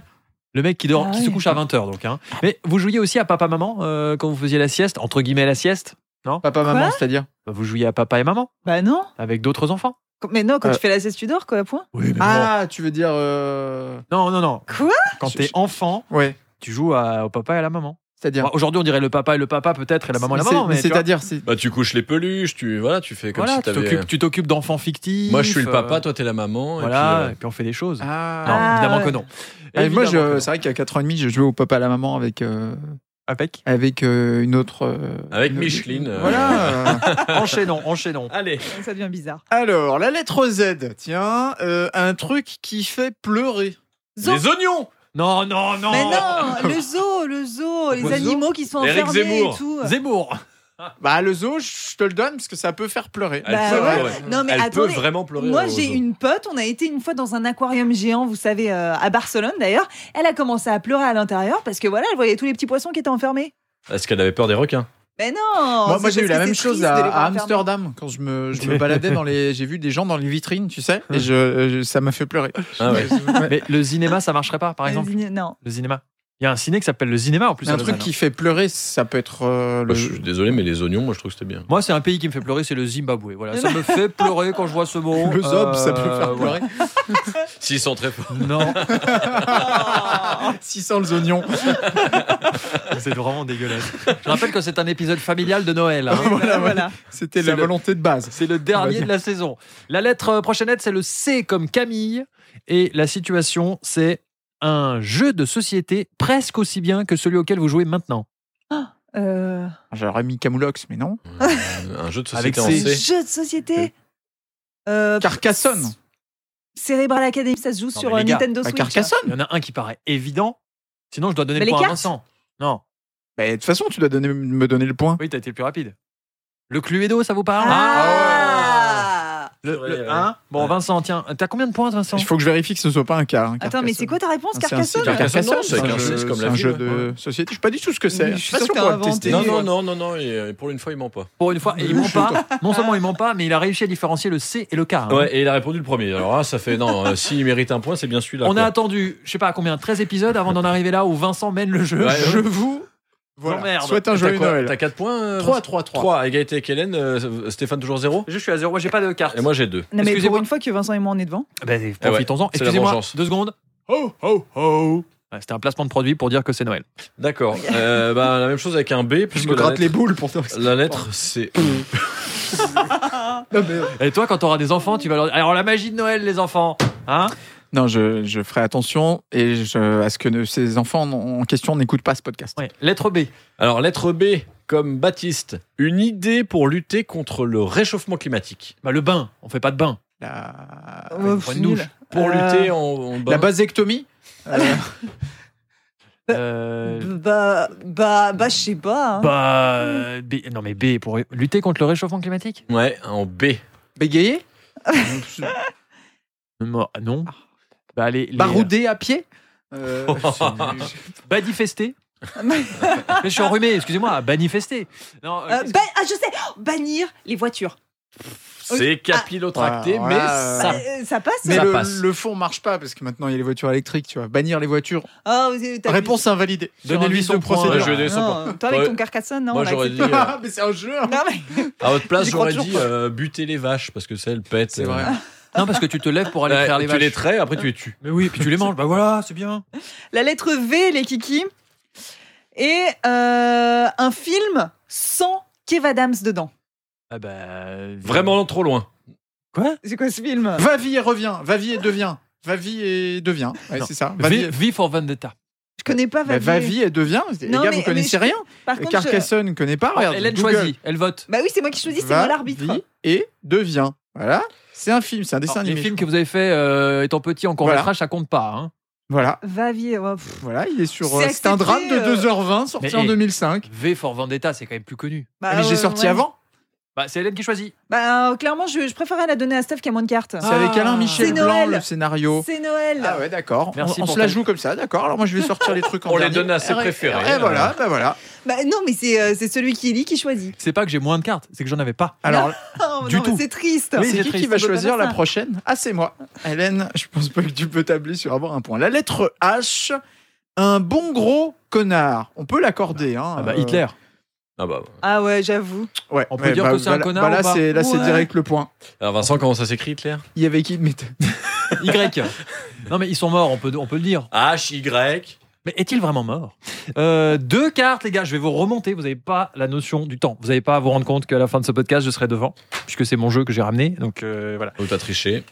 Speaker 2: Le mec qui dort,
Speaker 4: Ah
Speaker 2: qui se
Speaker 4: ouais.
Speaker 2: couche à 20 h donc. hein. Mais vous jouiez aussi à papa maman euh, quand vous faisiez la sieste, entre guillemets la sieste.
Speaker 6: Papa,
Speaker 4: Quoi
Speaker 6: maman, c'est-à-dire.
Speaker 2: Bah, vous jouiez à papa et maman
Speaker 4: Bah non.
Speaker 2: avec d'autres enfants.
Speaker 4: Quand- Mais non, quand
Speaker 6: Euh.
Speaker 4: tu fais la sieste, tu dors, quoi, point.
Speaker 2: Oui, mais
Speaker 6: Ah, tu veux dire. euh,
Speaker 2: Non, non, non.
Speaker 4: Quoi
Speaker 2: Quand
Speaker 6: Je-
Speaker 2: t'es
Speaker 6: je-
Speaker 2: enfant,
Speaker 6: Ouais,
Speaker 2: tu joues à- au papa et à la maman.
Speaker 6: c'est-à-dire.
Speaker 2: Bon, Aujourd'hui, on dirait le papa et le papa peut-être et la maman et la
Speaker 6: C'est-
Speaker 2: maman.
Speaker 6: mais
Speaker 2: tu vois.
Speaker 6: c'est-à-dire, c'est.
Speaker 1: Bah, tu couches les peluches, tu, voilà, tu fais comme
Speaker 2: Voilà,
Speaker 1: si
Speaker 2: tu
Speaker 1: t'avais.
Speaker 2: t'occupes- tu t'occupes d'enfants fictifs.
Speaker 1: Moi, je suis le
Speaker 2: euh,
Speaker 1: papa, toi, t'es la maman. et
Speaker 2: Voilà,
Speaker 1: puis, euh,
Speaker 2: et puis on fait des choses.
Speaker 6: Ah.
Speaker 2: Non,
Speaker 4: Ah,
Speaker 2: évidemment
Speaker 4: ouais.
Speaker 2: que non.
Speaker 6: Ah, moi,
Speaker 2: Évidemment que
Speaker 6: je-
Speaker 2: non.
Speaker 6: c'est vrai qu'à 4 ans et demi, je jouais au papa à la maman avec, euh,
Speaker 2: Avec
Speaker 6: avec euh, une autre. euh,
Speaker 1: Avec
Speaker 6: une-
Speaker 1: Micheline, euh.
Speaker 6: Voilà.
Speaker 2: Enchaînons, enchaînons.
Speaker 1: Allez.
Speaker 4: Ça devient bizarre.
Speaker 6: Alors, la lettre Z. Tiens, euh, un truc qui fait pleurer.
Speaker 1: Les oignons
Speaker 2: Non, non, non.
Speaker 4: Mais non, le zoo, le zoo, les
Speaker 6: Le zoo
Speaker 4: animaux qui sont
Speaker 1: Éric
Speaker 4: enfermés
Speaker 1: Zemmour.
Speaker 4: et tout.
Speaker 2: Zemmour.
Speaker 6: Bah, le zoo, je te le donne parce que ça peut faire pleurer.
Speaker 1: Elle,
Speaker 4: Bah
Speaker 1: peut,
Speaker 4: ouais.
Speaker 1: pleurer.
Speaker 4: Non mais
Speaker 1: Elle peut
Speaker 4: attendez,
Speaker 1: vraiment pleurer.
Speaker 4: Moi,
Speaker 1: au
Speaker 4: j'ai
Speaker 1: zoo.
Speaker 4: une pote, on a été une fois dans un aquarium géant, vous savez, euh, à Barcelone d'ailleurs. Elle a commencé à pleurer à l'intérieur parce que voilà, elle voyait tous les petits poissons qui étaient enfermés.
Speaker 1: Est-ce qu'elle avait peur des requins
Speaker 4: Mais non Oh,
Speaker 6: Moi,
Speaker 4: c'est
Speaker 6: moi, j'ai
Speaker 4: parce
Speaker 6: eu la
Speaker 4: que
Speaker 6: même
Speaker 4: c'est
Speaker 6: chose
Speaker 4: triste de les
Speaker 6: à,
Speaker 4: voir
Speaker 6: à
Speaker 4: enfermés.
Speaker 6: Amsterdam quand je me, je me baladais dans les. J'ai vu des gens dans les vitrines, tu sais, et je, je- ça m'a fait pleurer.
Speaker 1: Ah ouais.
Speaker 6: Ouais.
Speaker 2: Mais le cinéma, ça marcherait pas, par
Speaker 4: Euh,
Speaker 2: exemple.
Speaker 4: Non.
Speaker 2: Le cinéma. Il y a un ciné qui s'appelle le cinéma en plus.
Speaker 6: Mais
Speaker 2: à
Speaker 6: un truc
Speaker 2: Lausanne.
Speaker 6: qui fait pleurer, ça peut être. euh,
Speaker 1: Bah,
Speaker 6: le...
Speaker 1: Je suis désolé, mais les oignons, moi, je trouve que c'était bien.
Speaker 2: Moi, c'est un pays qui me fait pleurer, c'est le Zimbabwe. Voilà, ça me fait pleurer quand je vois ce mot.
Speaker 6: le zob, ça peut
Speaker 2: Euh,
Speaker 6: faire pleurer.
Speaker 1: S'ils sont très forts.
Speaker 2: voilà. Non,
Speaker 4: Oh.
Speaker 6: 600 les oignons.
Speaker 2: c'est vraiment dégueulasse. Je rappelle que c'est un épisode familial de Noël. hein.
Speaker 4: Voilà,
Speaker 6: Voilà,
Speaker 4: voilà.
Speaker 6: C'était
Speaker 2: C'est
Speaker 6: la
Speaker 2: le-
Speaker 6: volonté de base.
Speaker 2: C'est le dernier
Speaker 6: Vas-y.
Speaker 2: de la saison. La lettre euh, prochaine lettre, c'est le C comme Camille. Et la situation, c'est un jeu de société presque aussi bien que celui auquel vous jouez maintenant.
Speaker 4: Euh,
Speaker 6: J'aurais mis Camoulox, mais non.
Speaker 1: Un jeu de
Speaker 2: Avec
Speaker 1: société en
Speaker 2: ses-
Speaker 1: C.
Speaker 4: jeu de société. Euh,
Speaker 6: Carcassonne.
Speaker 4: Cérébral Academy, ça se joue
Speaker 2: Non,
Speaker 4: sur
Speaker 2: mais
Speaker 4: euh,
Speaker 2: les gars,
Speaker 4: Nintendo
Speaker 6: Bah,
Speaker 4: Switch.
Speaker 2: Il
Speaker 6: Carcassonne.
Speaker 2: y en a un qui paraît évident. Sinon, je dois donner
Speaker 4: Mais
Speaker 2: le
Speaker 4: les
Speaker 2: point à
Speaker 4: cartes
Speaker 2: Vincent. Non,
Speaker 6: Bah, De toute façon, tu dois donner, me donner le point.
Speaker 2: oui, t'as été le plus rapide. Le Cluedo, ça vous parle Ah
Speaker 4: Ah,
Speaker 2: Le, le
Speaker 1: Ouais, ouais.
Speaker 2: 1. Bon,
Speaker 1: Ouais.
Speaker 2: Vincent, tiens, t'as combien de points, Vincent
Speaker 6: Il faut que je vérifie que ce soit pas un car.
Speaker 4: Attends, mais c'est quoi ta réponse,
Speaker 6: Carcassonne,
Speaker 4: Carcassonne
Speaker 6: Ah, c'est
Speaker 1: Carcassonne, c'est
Speaker 6: un- c'est un
Speaker 1: avec un
Speaker 6: jeu-
Speaker 1: C, c'est comme
Speaker 6: c'est
Speaker 1: la
Speaker 6: un
Speaker 1: ville,
Speaker 6: jeu
Speaker 1: ouais.
Speaker 6: de société. Je sais pas du tout ce que c'est.
Speaker 4: Je suis
Speaker 6: Je suis pas
Speaker 4: sûr
Speaker 6: sûr
Speaker 4: que
Speaker 6: qu'on
Speaker 4: t'as
Speaker 6: va le tester.
Speaker 1: Non,
Speaker 4: inventé.
Speaker 1: non, non, non, non, et, euh, pour une fois, il ment pas.
Speaker 2: Pour une fois, il ment pas. Non seulement il ment pas, mais il a réussi à différencier le C et le K. hein.
Speaker 1: Ah Ouais, et il a répondu le premier. Alors, ah, ça fait non, euh, s'il mérite un point, c'est bien celui-là.
Speaker 2: On a
Speaker 1: quoi.
Speaker 2: attendu, je sais pas combien, 13 épisodes avant d'en arriver là où Vincent mène le jeu.
Speaker 1: Ouais,
Speaker 6: Je vous voilà.
Speaker 2: J'emmerde.
Speaker 6: souhaite un
Speaker 1: T'as
Speaker 6: joyeux
Speaker 1: quoi
Speaker 6: Noël.
Speaker 1: Ah, T'as 4 points euh,
Speaker 6: 3
Speaker 1: Vincent
Speaker 6: 3 3.
Speaker 1: 3 égalité avec Hélène, euh, Stéphane toujours 0
Speaker 2: Je suis à zéro, moi j'ai pas de carte.
Speaker 1: Et moi j'ai 2.
Speaker 4: Non, mais pour
Speaker 2: Excusez-moi.
Speaker 4: une fois que Vincent et moi on est devant.
Speaker 2: Bah, Profitons-en.
Speaker 1: c'est la
Speaker 2: Excusez-moi,
Speaker 1: vengeance.
Speaker 2: deux secondes.
Speaker 6: Ho ho ho.
Speaker 2: Ouais, C'était un placement de produit pour dire que c'est Noël.
Speaker 1: D'accord. Euh, bah, la même chose avec un B,
Speaker 6: Je
Speaker 1: puisque
Speaker 6: me
Speaker 1: la
Speaker 6: gratte les
Speaker 1: lettre,
Speaker 6: boules pour dire que
Speaker 1: la lettre c'est.
Speaker 6: Non, mais-
Speaker 2: Et toi, quand t'auras des enfants, tu vas leur dire Alors, la magie de Noël, les enfants Hein
Speaker 6: Non, je, je ferai attention et je, à ce que ne- ces enfants en, en question n'écoutent pas ce podcast.
Speaker 2: Ouais. Lettre B.
Speaker 1: Alors lettre B comme Baptiste, une idée pour lutter contre le réchauffement climatique.
Speaker 2: Bah, le bain. On fait pas de bain.
Speaker 6: La,
Speaker 4: Oh,
Speaker 2: prend
Speaker 4: c'est
Speaker 2: une douche.
Speaker 4: nul.
Speaker 1: Pour
Speaker 4: Euh,
Speaker 1: lutter en, en bas.
Speaker 6: la vasectomie Euh,
Speaker 2: Euh,
Speaker 4: Bah, bah, bah, je sais pas. hein.
Speaker 2: bah. euh, B. Non, mais B, pour lutter contre le réchauffement climatique
Speaker 1: Ouais, en B.
Speaker 6: Bégayer Euh,
Speaker 2: Moi, Non. Bah, les. les-
Speaker 6: Barouder à pied Euh, c'est-
Speaker 2: Badifester. Mais je suis enrhumé, excusez-moi, manifester. Non, euh,
Speaker 4: Euh, ba- ah, je sais, oh, bannir les voitures.
Speaker 1: C'est capillotracté,
Speaker 6: Ah,
Speaker 1: mais
Speaker 6: ouais.
Speaker 1: ça.
Speaker 4: Bah, euh, ça passe
Speaker 6: Mais
Speaker 1: Ça
Speaker 6: le,
Speaker 1: passe.
Speaker 6: le fond marche pas parce que maintenant il y a les voitures électriques, tu vois. Bannir les voitures.
Speaker 4: Ah, vous avez- t'as vu-
Speaker 6: Réponse invalidée.
Speaker 2: Donnez-lui
Speaker 6: Sur un
Speaker 2: son
Speaker 6: guide de
Speaker 2: point,
Speaker 1: Ouais,
Speaker 6: procédure.
Speaker 1: je vais donner son point.
Speaker 4: Non, toi avec
Speaker 1: Ouais.
Speaker 4: ton Carcassonne, non
Speaker 1: Moi
Speaker 4: on
Speaker 1: j'aurais dit.
Speaker 4: l'accepte.
Speaker 1: euh,
Speaker 6: mais c'est un jeu. hein.
Speaker 4: Non, mais-
Speaker 1: à votre place,
Speaker 6: J'y crois
Speaker 1: j'aurais
Speaker 6: toujours
Speaker 1: dit
Speaker 6: pas.
Speaker 1: euh, buter les vaches parce que ça elles pètent.
Speaker 6: C'est vrai.
Speaker 2: Non, parce que tu te lèves pour
Speaker 1: Ouais,
Speaker 2: aller faire les
Speaker 1: tu
Speaker 2: vaches.
Speaker 1: les traites, après tu les tues.
Speaker 2: Mais oui, puis tu les manges. Bah voilà, c'est bien.
Speaker 4: La lettre V, les kikis. Et euh, un film sans Kev Adams dedans.
Speaker 2: Ah bah.
Speaker 1: Vraiment trop loin.
Speaker 2: Quoi
Speaker 4: C'est quoi ce film
Speaker 6: Va vie et reviens. Va vie et deviens. Va vie et deviens. Ouais,
Speaker 2: Non.
Speaker 6: c'est ça. Va vie.
Speaker 2: V, V for Vendetta.
Speaker 4: Je connais pas
Speaker 6: Bah,
Speaker 4: Vavier.
Speaker 6: va vie et deviens. Les
Speaker 4: Non,
Speaker 6: gars,
Speaker 4: mais-
Speaker 6: vous
Speaker 4: mais
Speaker 6: connaissez
Speaker 4: je-
Speaker 6: rien.
Speaker 4: Par contre, je- Oh,
Speaker 6: Carcassonne connaît pas. regarde,
Speaker 2: Hélène
Speaker 6: Google.
Speaker 2: choisit, elle vote.
Speaker 4: Bah oui, c'est moi qui choisis, c'est hein.
Speaker 6: Va,
Speaker 4: moi l'arbitre.
Speaker 6: vis Et devient. Voilà. C'est un film, c'est un dessin
Speaker 4: Oh,
Speaker 2: Alors, les
Speaker 6: animé.
Speaker 2: films que vous avez fait euh, étant petit en court métrage, ça compte pas. hein.
Speaker 6: Voilà.
Speaker 4: Vavier, ouais, pff.
Speaker 6: Voilà, il est sur.
Speaker 4: C'est
Speaker 6: euh, C'est un drame
Speaker 4: accepté,
Speaker 6: de
Speaker 4: euh.
Speaker 6: 2h20, sorti
Speaker 2: Mais,
Speaker 6: en
Speaker 2: eh.
Speaker 6: 2005.
Speaker 2: V for Vendetta, c'est quand même plus connu.
Speaker 4: Bah,
Speaker 6: mais j'ai
Speaker 4: euh,
Speaker 6: sorti
Speaker 4: ouais.
Speaker 6: avant.
Speaker 2: Bah c'est Hélène qui choisit.
Speaker 4: Bah, euh, clairement, je, je préférerais la donner à Steph qui a moins de cartes.
Speaker 6: C'est avec Alain Michel
Speaker 4: Ah, C'est
Speaker 6: Blanc,
Speaker 4: Noël.
Speaker 6: le scénario.
Speaker 4: C'est Noël.
Speaker 6: Ah ouais, d'accord. On,
Speaker 2: Merci
Speaker 6: on
Speaker 2: pour
Speaker 6: se la
Speaker 2: ta-
Speaker 6: joue comme ça, d'accord. Alors moi, je vais sortir les trucs en
Speaker 1: On les
Speaker 6: dernier.
Speaker 1: donne à ses
Speaker 6: Et-
Speaker 1: préférés.
Speaker 6: Et voilà, bah voilà.
Speaker 4: Bah, non, mais c'est euh, c'est celui qui lit qui choisit.
Speaker 2: C'est pas que j'ai moins de cartes, c'est que j'en avais pas.
Speaker 6: Alors,
Speaker 4: Oh,
Speaker 2: Du
Speaker 4: non, mais
Speaker 2: tout.
Speaker 4: C'est triste.
Speaker 2: Oui,
Speaker 6: c'est qui
Speaker 2: triste,
Speaker 6: qui va
Speaker 4: on peut pas
Speaker 6: choisir
Speaker 4: faire
Speaker 6: la
Speaker 4: ça.
Speaker 6: prochaine Ah, c'est moi. Hélène, je pense pas que tu peux tabler sur avoir un point. La lettre H, un bon gros connard. On peut l'accorder. Hein,
Speaker 2: Ah bah
Speaker 6: euh,
Speaker 2: Hitler.
Speaker 1: Ah bah.
Speaker 4: Ah ouais, j'avoue.
Speaker 6: Ouais,
Speaker 2: On peut
Speaker 6: ouais,
Speaker 2: dire
Speaker 6: bah,
Speaker 2: que c'est
Speaker 6: bah,
Speaker 2: un
Speaker 6: là-
Speaker 2: connard
Speaker 6: bah
Speaker 2: ou
Speaker 6: là,
Speaker 2: pas
Speaker 6: c'est là, c'est
Speaker 4: Ouais.
Speaker 6: direct le point.
Speaker 1: Alors Vincent, comment ça s'écrit, Claire
Speaker 6: Il y avait qui mais-
Speaker 2: Y. non mais ils sont morts, on peut, on peut le dire.
Speaker 1: H, Y.
Speaker 2: Mais est-il vraiment mort Euh, Deux cartes, les gars, je vais vous remonter. Vous n'avez pas la notion du temps. Vous n'avez pas à vous rendre compte qu'à la fin de ce podcast, je serai devant, puisque c'est mon jeu que j'ai ramené. Donc euh, voilà.
Speaker 1: Oh, t'as triché.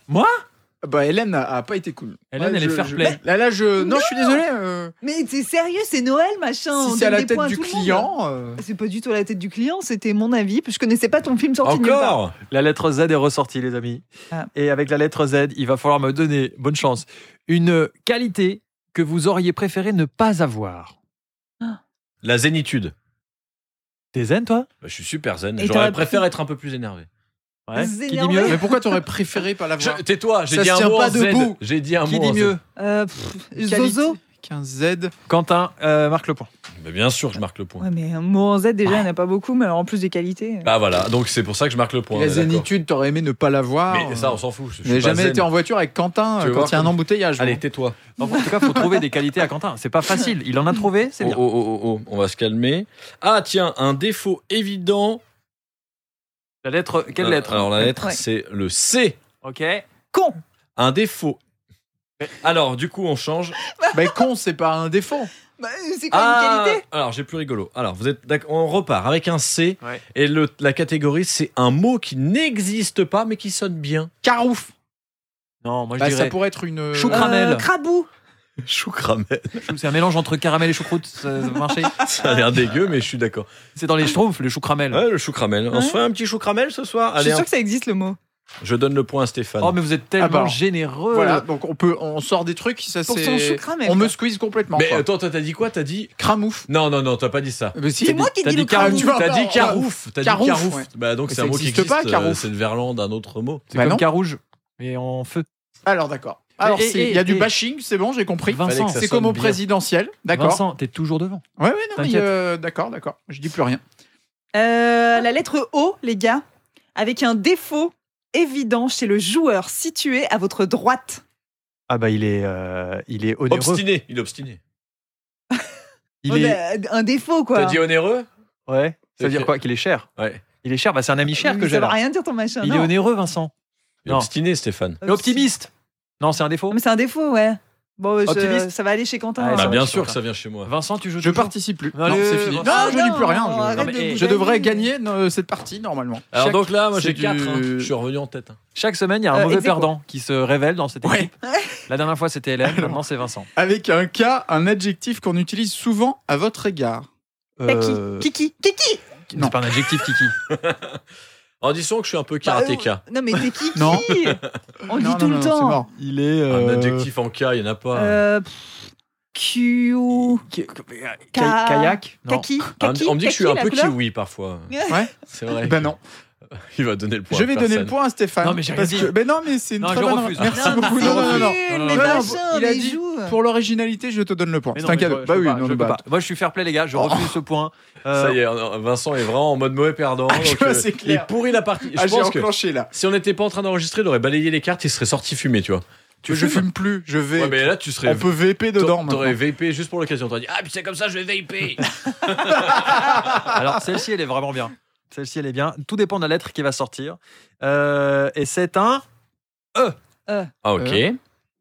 Speaker 6: Bah Hélène a, a pas été cool.
Speaker 2: Hélène, elle est
Speaker 6: je-
Speaker 2: fair
Speaker 6: je-
Speaker 2: play.
Speaker 6: Là, là, je. Non, je suis désolé. euh,
Speaker 4: Mais c'est sérieux, c'est Noël, machin. on
Speaker 6: si c'est à
Speaker 4: donne
Speaker 6: la
Speaker 4: des
Speaker 6: tête
Speaker 4: points à
Speaker 6: du
Speaker 4: tout le monde. hein.
Speaker 6: client. euh,
Speaker 4: C'est pas du tout à la tête du client, c'était mon avis. puis Je connaissais pas ton film sorti de nulle part.
Speaker 1: Encore
Speaker 2: La lettre Z est ressortie, les amis.
Speaker 4: Ah.
Speaker 2: Et avec la lettre Z, il va falloir me donner, bonne chance, une qualité que vous auriez préféré ne pas avoir
Speaker 1: La zénitude.
Speaker 2: T'es zen, toi
Speaker 1: Bah, je suis super zen.
Speaker 4: Et
Speaker 1: J'aurais
Speaker 4: t'aurais
Speaker 1: préféré être un peu plus énervé.
Speaker 2: Ouais.
Speaker 4: Zénervé.
Speaker 2: Qui dit mieux
Speaker 6: Mais pourquoi t'aurais préféré pas l'avoir
Speaker 1: Je- Tais-toi, j'ai
Speaker 6: Ça
Speaker 1: dit
Speaker 6: se
Speaker 1: un
Speaker 6: tient
Speaker 1: mot en
Speaker 6: pas debout.
Speaker 1: Z. J'ai dit un
Speaker 2: Qui
Speaker 1: mot en
Speaker 2: dit mieux
Speaker 4: Euh, pff,
Speaker 6: Qualité-
Speaker 4: Zozo
Speaker 6: Qu'un Z.
Speaker 2: Quentin, euh, marque le point.
Speaker 1: Z. Mais bien sûr, je marque le point.
Speaker 4: Ouais, mais un mot en Z, déjà, il n'y en a pas beaucoup, mais alors en plus des qualités.
Speaker 1: Bah voilà, donc c'est pour ça que je marque le
Speaker 6: Et
Speaker 1: point. on
Speaker 6: la
Speaker 1: est d'accord.
Speaker 6: zénitude, t'aurais aimé ne pas l'avoir.
Speaker 1: Mais ça, on s'en fout. je- je
Speaker 6: J'ai
Speaker 1: suis pas
Speaker 6: jamais
Speaker 1: zen.
Speaker 6: été en voiture avec Quentin
Speaker 1: Tu
Speaker 6: euh,
Speaker 1: veux
Speaker 6: quand
Speaker 1: voir
Speaker 6: il y a un
Speaker 1: comme-
Speaker 6: embouteillage.
Speaker 1: Allez,
Speaker 6: bon.
Speaker 1: tais-toi.
Speaker 2: En tout cas, faut trouver des qualités à Quentin. C'est pas facile. Il en a trouvé, c'est
Speaker 1: Oh,
Speaker 2: bien.
Speaker 1: oh, oh, oh, oh, on va se calmer. Ah tiens, un défaut évident.
Speaker 2: La lettre, quelle
Speaker 1: Euh,
Speaker 2: lettre
Speaker 1: Alors la lettre,
Speaker 4: Ouais.
Speaker 1: c'est le C.
Speaker 2: Ok.
Speaker 4: Con
Speaker 1: Un défaut. Alors du coup, on change.
Speaker 6: Mais con, c'est pas un défaut.
Speaker 4: Bah, C'est quoi
Speaker 6: Ah,
Speaker 4: une qualité
Speaker 1: Ah, alors j'ai plus rigolo. Alors vous êtes, d'accord, on repart avec un C
Speaker 2: Ouais.
Speaker 1: et le- la catégorie, c'est un mot qui n'existe pas mais qui sonne bien.
Speaker 6: Carouf.
Speaker 2: Non, moi je
Speaker 6: Bah, ça
Speaker 2: dirais.
Speaker 6: pourrait être une. euh,
Speaker 2: Chou-
Speaker 4: Euh,
Speaker 2: Caramel.
Speaker 4: crabou
Speaker 1: Choucramel.
Speaker 2: chou- C'est un mélange entre caramel et choucroute. Ça va marcher.
Speaker 1: Ça a l'air dégueu, mais je suis d'accord.
Speaker 2: C'est dans les schtroumpfs, le choucramel.
Speaker 1: Ouais, le choucramel. On se
Speaker 4: Ouais.
Speaker 1: fait un petit choucramel ce soir.
Speaker 4: Je suis
Speaker 1: Allez,
Speaker 6: hein.
Speaker 1: hein.
Speaker 4: sûr
Speaker 1: un-
Speaker 4: que ça existe le mot.
Speaker 1: je donne le point à Stéphane.
Speaker 2: Oh, mais vous êtes tellement
Speaker 6: Ah bah.
Speaker 2: généreux.
Speaker 6: Voilà, donc on peut, on sort des trucs. Ça
Speaker 4: Pour
Speaker 6: c'est.
Speaker 4: son chou cramel,
Speaker 6: On me
Speaker 4: quoi.
Speaker 6: squeeze complètement.
Speaker 1: Mais
Speaker 6: quoi.
Speaker 1: attends, toi, t'as dit quoi T'as dit
Speaker 6: Cramouf.
Speaker 1: non, non, non, t'as pas dit ça.
Speaker 6: Mais si.
Speaker 4: C'est moi qui
Speaker 2: t'as
Speaker 4: dis
Speaker 2: dit
Speaker 4: le
Speaker 2: carouf,
Speaker 4: crabou.
Speaker 6: tu vois.
Speaker 1: T'as dit
Speaker 6: Ah,
Speaker 1: carouf. T'as dit
Speaker 6: Carouf,
Speaker 1: carouf.
Speaker 6: ouais.
Speaker 1: Bah donc
Speaker 6: Mais
Speaker 1: c'est un
Speaker 6: ça
Speaker 1: mot qui
Speaker 6: existe
Speaker 1: existe.
Speaker 6: pas,
Speaker 1: euh,
Speaker 6: carouf.
Speaker 1: c'est le verlan d'un autre mot.
Speaker 2: C'est
Speaker 6: Bah
Speaker 2: comme
Speaker 6: non.
Speaker 2: carouge, mais en feu.
Speaker 6: Alors d'accord. Alors
Speaker 2: Et-
Speaker 6: c'est-
Speaker 2: et-
Speaker 6: il y a du
Speaker 2: et-
Speaker 6: bashing, c'est bon, j'ai compris.
Speaker 2: Vincent,
Speaker 1: Fallait que ça
Speaker 6: C'est comme au
Speaker 1: sonne bien.
Speaker 6: présidentiel, d'accord.
Speaker 2: Vincent, t'es toujours devant.
Speaker 6: Ouais, ouais, non, mais
Speaker 2: T'inquiète.
Speaker 6: euh, d'accord, d'accord. Je dis plus rien.
Speaker 4: Euh, la lettre O, les gars, avec un défaut évident chez le joueur situé à votre droite.
Speaker 2: Ah bah il est, euh, il est onéreux.
Speaker 1: Obstiné, il est obstiné.
Speaker 2: Il
Speaker 4: Oh,
Speaker 2: est,
Speaker 4: bah, Un défaut, quoi.
Speaker 1: T'as dit onéreux
Speaker 2: ouais. Ça veut dire
Speaker 1: Ok.
Speaker 2: quoi Qu'il est cher.
Speaker 1: Ouais.
Speaker 2: Il est cher. Bah c'est un ami cher
Speaker 4: Mais
Speaker 2: que
Speaker 4: Ça
Speaker 2: j'ai
Speaker 4: veut
Speaker 2: là.
Speaker 4: rien dire ton machin.
Speaker 2: Il est
Speaker 4: non. Euh,
Speaker 2: onéreux, Vincent.
Speaker 1: Il est
Speaker 2: Non.
Speaker 1: Obstiné, Stéphane.
Speaker 2: Et Optimiste. Non, c'est un défaut.
Speaker 4: Non, Ah, Mais c'est un défaut, ouais. Bon, je-
Speaker 2: Optimiste.
Speaker 4: ça va aller chez Quentin.
Speaker 2: Ah,
Speaker 4: hein.
Speaker 1: Bah,
Speaker 2: ça,
Speaker 1: bien
Speaker 2: je
Speaker 1: sûr
Speaker 2: suis
Speaker 1: que ça vient chez moi.
Speaker 2: Vincent, tu joues.
Speaker 6: Je
Speaker 2: toujours
Speaker 6: participe plus.
Speaker 2: Allez,
Speaker 6: non, c'est fini. Non,
Speaker 2: Vincent.
Speaker 4: Ah,
Speaker 6: je dis plus rien.
Speaker 4: non,
Speaker 6: Je,
Speaker 4: arrête
Speaker 6: non,
Speaker 2: de
Speaker 6: mais-
Speaker 2: vous
Speaker 6: je devrais
Speaker 4: gagner.
Speaker 6: gagner euh, cette partie normalement.
Speaker 1: Alors
Speaker 6: Chaque-
Speaker 1: donc là, moi j'ai
Speaker 6: c'est
Speaker 1: 4.
Speaker 6: du-
Speaker 1: Je suis revenu en tête. hein.
Speaker 2: Chaque semaine, il y a un
Speaker 4: Euh,
Speaker 2: mauvais
Speaker 4: ex aequo.
Speaker 2: perdant qui se révèle dans cette
Speaker 6: Ouais.
Speaker 2: équipe. La dernière fois, c'était Hélène. Maintenant, c'est Vincent.
Speaker 6: Avec un cas, un adjectif qu'on utilise souvent à votre égard.
Speaker 4: Bah,
Speaker 2: Euh,
Speaker 4: Kiki, Kiki, Kiki.
Speaker 6: Non.
Speaker 2: C'est pas un adjectif, Kiki.
Speaker 1: Alors disons que je suis un peu
Speaker 4: Bah,
Speaker 1: karatéka.
Speaker 4: euh, Non, mais t'es Kiki.
Speaker 6: Non.
Speaker 4: On le
Speaker 6: Non,
Speaker 4: dit tout
Speaker 6: non,
Speaker 4: le
Speaker 6: non, c'est
Speaker 4: temps.
Speaker 6: mort.
Speaker 2: Il est.
Speaker 6: euh,
Speaker 1: Un adjectif en cas, il n'y en a pas.
Speaker 4: Euh, pff, Q. Ka-
Speaker 2: Kayak. Non.
Speaker 4: Kaki.
Speaker 1: Ah,
Speaker 4: Kaki.
Speaker 1: on me dit que je suis un
Speaker 4: Kaki,
Speaker 1: peu
Speaker 4: la couleur.
Speaker 1: kiwi parfois.
Speaker 6: Ouais.
Speaker 1: C'est vrai.
Speaker 6: Ben
Speaker 1: que-
Speaker 6: non.
Speaker 1: Il va donner le point.
Speaker 6: je
Speaker 1: à
Speaker 6: vais donner le
Speaker 1: personne.
Speaker 6: point à Stéphane.
Speaker 2: Non, mais j'ai
Speaker 6: parce
Speaker 2: rien
Speaker 6: que-
Speaker 2: dit.
Speaker 6: Mais non, mais c'est une
Speaker 2: Non,
Speaker 6: très
Speaker 2: je
Speaker 6: bonne-
Speaker 2: Ah, refuse.
Speaker 6: Merci
Speaker 2: Non, mais
Speaker 6: beaucoup.
Speaker 2: c'est
Speaker 6: Non, non, non,
Speaker 2: nul.
Speaker 6: non.
Speaker 4: Nul,
Speaker 2: Non, non,
Speaker 4: mais
Speaker 2: non,
Speaker 6: non,
Speaker 4: machin,
Speaker 6: il a
Speaker 4: mais
Speaker 6: dit
Speaker 4: joue.
Speaker 6: Pour l'originalité, je te donne le point.
Speaker 2: Mais
Speaker 6: C'est
Speaker 2: non,
Speaker 6: un
Speaker 2: mais
Speaker 6: cadeau.
Speaker 2: je- je
Speaker 6: Bah
Speaker 2: peux
Speaker 6: oui,
Speaker 2: pas,
Speaker 6: non,
Speaker 2: je
Speaker 6: le
Speaker 2: peux
Speaker 6: bat.
Speaker 2: pas. Moi, je suis fair play, les gars. Je
Speaker 6: Oh.
Speaker 2: refuse ce point. Euh,
Speaker 1: Ça y est, Vincent est vraiment en mode mauvais perdant.
Speaker 6: Ah,
Speaker 1: donc,
Speaker 6: tu vois,
Speaker 1: euh,
Speaker 6: c'est
Speaker 1: il
Speaker 6: clair.
Speaker 1: pourrit la partie. Je
Speaker 6: Ah, j'ai
Speaker 1: pense que
Speaker 6: enclenché là.
Speaker 1: si on n'était pas en train d'enregistrer, il aurait balayé les cartes, il serait sorti fumer, tu vois.
Speaker 6: Tu je fume plus, je vais.
Speaker 1: Ouais, mais là, tu serais.
Speaker 6: on peut VP dedans.
Speaker 1: t'a-
Speaker 6: maintenant.
Speaker 1: T'aurais VP juste pour l'occasion. T'aurais dit Ah, puis c'est comme ça, je vais VP.
Speaker 2: Alors, celle-ci, elle est vraiment bien. Celle-ci, elle est bien. Tout dépend de la lettre qui va sortir. Euh, et c'est un.
Speaker 1: Ah, ok.
Speaker 6: Euh.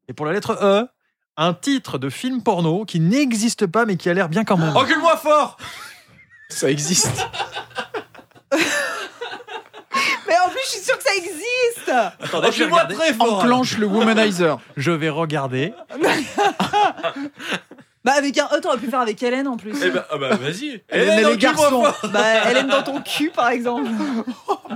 Speaker 2: Et pour la lettre E, un titre de film porno qui n'existe pas, mais qui a l'air bien quand même.
Speaker 1: Encule-moi fort
Speaker 6: Ça existe.
Speaker 4: Mais en plus, je suis sûre que ça existe.
Speaker 2: Attendez, je vais
Speaker 1: Encule-moi
Speaker 2: regarder.
Speaker 1: très fort
Speaker 6: Enclenche le womanizer.
Speaker 2: Je vais regarder.
Speaker 4: Bah, avec un E, t'aurais pu faire avec Hélène en plus.
Speaker 1: Eh ben, ah bah vas-y.
Speaker 6: Hélène et les
Speaker 1: encule-moi
Speaker 6: garçons.
Speaker 1: fort.
Speaker 4: Bah, Hélène dans ton cul, par exemple.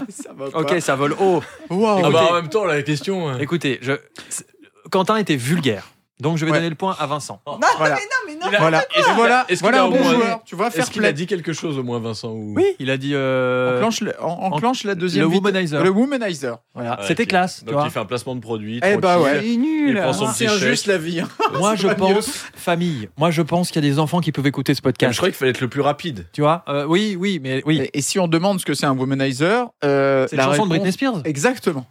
Speaker 6: Ça va pas.
Speaker 2: Ok, ça vole haut.
Speaker 6: Wow.
Speaker 1: Ah bah
Speaker 2: Écoutez.
Speaker 1: en même temps, la question. euh,
Speaker 2: Écoutez, je... c'est- Quentin était vulgaire. Donc, je vais
Speaker 6: Ouais.
Speaker 2: donner le point à Vincent.
Speaker 4: Non,
Speaker 6: Voilà.
Speaker 4: mais non, mais non.
Speaker 1: Il a-
Speaker 6: Voilà.
Speaker 1: Bah, Est-ce qu'il a-
Speaker 6: Voilà,
Speaker 1: est-ce qu'il
Speaker 6: voilà
Speaker 1: a
Speaker 6: un
Speaker 1: au
Speaker 6: bon
Speaker 1: moins-
Speaker 6: joueur. Tu vois,
Speaker 1: Est-ce
Speaker 6: faire
Speaker 1: qu'il a
Speaker 6: play.
Speaker 1: dit quelque chose au moins, Vincent ou...
Speaker 2: Oui, il a dit. euh,
Speaker 6: Enclenche, le- en- enclenche la deuxième.
Speaker 2: le
Speaker 6: vite-
Speaker 2: womanizer.
Speaker 6: Le womanizer.
Speaker 2: Voilà.
Speaker 1: Ouais,
Speaker 2: C'était
Speaker 1: Ah, ok.
Speaker 2: classe, tu
Speaker 1: Donc
Speaker 2: vois.
Speaker 1: il fait un placement de produit.
Speaker 6: Eh bah
Speaker 1: tranquille.
Speaker 6: ouais. Ah,
Speaker 4: Il est nul.
Speaker 1: Il prend son-
Speaker 6: C'est
Speaker 1: petit
Speaker 6: injuste
Speaker 1: chèque.
Speaker 6: la vie. hein.
Speaker 2: Moi,
Speaker 6: C'est
Speaker 2: je
Speaker 6: pas mieux.
Speaker 2: pense famille. Moi, je pense qu'il y a des enfants qui peuvent écouter ce
Speaker 1: Je
Speaker 2: podcast.
Speaker 1: croyais qu'il fallait être le plus rapide.
Speaker 2: Tu vois Euh, Oui, oui, mais oui.
Speaker 6: Et, et si on demande ce que c'est un womanizer, euh,
Speaker 2: C'est la chanson de
Speaker 6: réponse-
Speaker 2: Britney Spears.
Speaker 6: Exactement.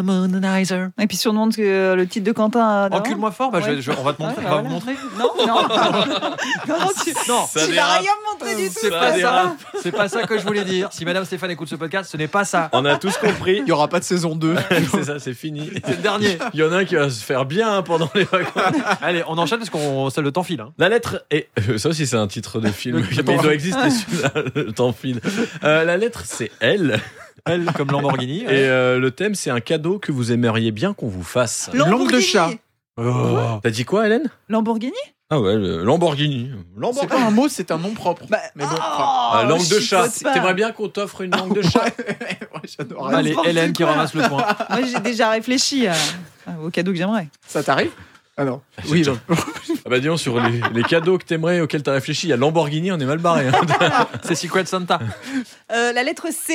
Speaker 2: Womanizer.
Speaker 4: Et puis, surnom que euh, le titre de Quentin. euh, d'avant.
Speaker 2: Encule-moi fort, bah, je vais- je- on va te montrer.
Speaker 4: Ouais,
Speaker 2: on
Speaker 4: bah
Speaker 2: va vous montrer.
Speaker 4: Non, non. non, non, tu,
Speaker 2: Non,
Speaker 1: Ça
Speaker 4: tu vas
Speaker 1: dérape.
Speaker 4: rien montrer du tout.
Speaker 2: c'est pas ça. C'est pas ça que je voulais dire. Si Madame Stéphane écoute ce podcast, ce n'est pas ça.
Speaker 1: On a tous compris.
Speaker 6: Il y aura pas de saison 2.
Speaker 1: c'est ça, c'est fini.
Speaker 2: C'est le dernier.
Speaker 1: Il y en a un qui va se faire bien hein, pendant les vacances.
Speaker 2: Allez, on enchaîne parce qu'on ça, le temps file. hein.
Speaker 1: La lettre est. Ça aussi, c'est un titre de film.
Speaker 2: Le-
Speaker 1: mais il doit exister celui-là. Le temps file. Euh, la lettre, c'est L.
Speaker 2: Elle comme Lamborghini.
Speaker 1: Et euh, le thème, c'est un cadeau que vous aimeriez bien qu'on vous fasse.
Speaker 6: Langue de chat.
Speaker 2: Oh.
Speaker 1: T'as dit quoi, Hélène
Speaker 4: Lamborghini
Speaker 1: Ah ouais, le Lamborghini.
Speaker 6: C'est
Speaker 1: Lamborghini.
Speaker 6: pas un mot, c'est un nom propre.
Speaker 4: Bah,
Speaker 6: Mais bon,
Speaker 4: oh,
Speaker 1: Ah, langue de
Speaker 4: je
Speaker 1: chat.
Speaker 4: chipote pas.
Speaker 1: T'aimerais bien qu'on t'offre une langue de chat
Speaker 6: Ouais, J'adore.
Speaker 2: Ah, Allez,
Speaker 4: N'importe
Speaker 2: Hélène qui
Speaker 4: quoi.
Speaker 2: ramasse le point.
Speaker 4: Moi, j'ai déjà réfléchi à- à- euh, au cadeau que j'aimerais.
Speaker 6: Ça t'arrive Ah non.
Speaker 1: Ah,
Speaker 6: Oui,
Speaker 1: c'est-
Speaker 6: non.
Speaker 1: Ah Bah disons, sur les, les cadeaux que t'aimerais, auxquels t'as réfléchi, il y a Lamborghini, on est mal barré. hein.
Speaker 2: C'est Secret Santa.
Speaker 4: Euh, la lettre C,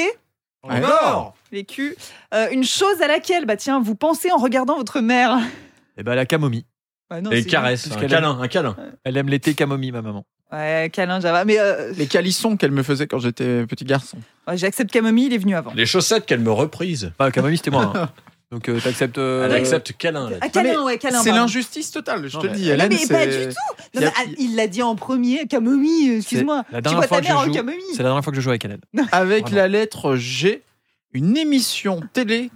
Speaker 6: Encore
Speaker 4: les Q. Euh, une chose à laquelle, bah tiens, vous pensez en regardant votre mère.
Speaker 2: Et ben la camomille.
Speaker 4: Bah non,
Speaker 1: Et
Speaker 4: c'est-
Speaker 1: caresse, un
Speaker 2: Puisqu'elle
Speaker 1: câlin, un câlin.
Speaker 2: Elle aime l'été camomille, ma maman.
Speaker 4: Ouais, câlin, Java. Mais euh,
Speaker 6: Les calissons qu'elle me faisait quand j'étais petit garçon.
Speaker 4: ouais, j'accepte Camomille, il est venu avant.
Speaker 1: Les chaussettes qu'elle me reprise.
Speaker 2: Bah camomille, c'était moi. hein. Donc euh, t'acceptes. euh,
Speaker 1: Elle accepte câlin. là.
Speaker 4: Ah, câlin,
Speaker 6: mais
Speaker 4: ouais, câlin.
Speaker 6: C'est
Speaker 4: pardon.
Speaker 6: l'injustice totale, je
Speaker 2: Non,
Speaker 6: te
Speaker 2: mais-
Speaker 6: le dis. Hélène,
Speaker 4: mais pas
Speaker 6: c'est-
Speaker 4: du
Speaker 6: Il
Speaker 4: Non,
Speaker 6: y a-
Speaker 4: mais, ah, il l'a dit en premier, Camomille, euh, excuse-moi.
Speaker 2: La
Speaker 4: Tu
Speaker 2: dernière
Speaker 4: vois
Speaker 2: fois
Speaker 4: ta
Speaker 2: que
Speaker 4: mère
Speaker 2: je
Speaker 4: en
Speaker 2: joue. C'est
Speaker 4: Camomille.
Speaker 2: la dernière fois que je joue avec Hélène.
Speaker 6: Avec
Speaker 2: Vraiment.
Speaker 6: la lettre G, une émission télé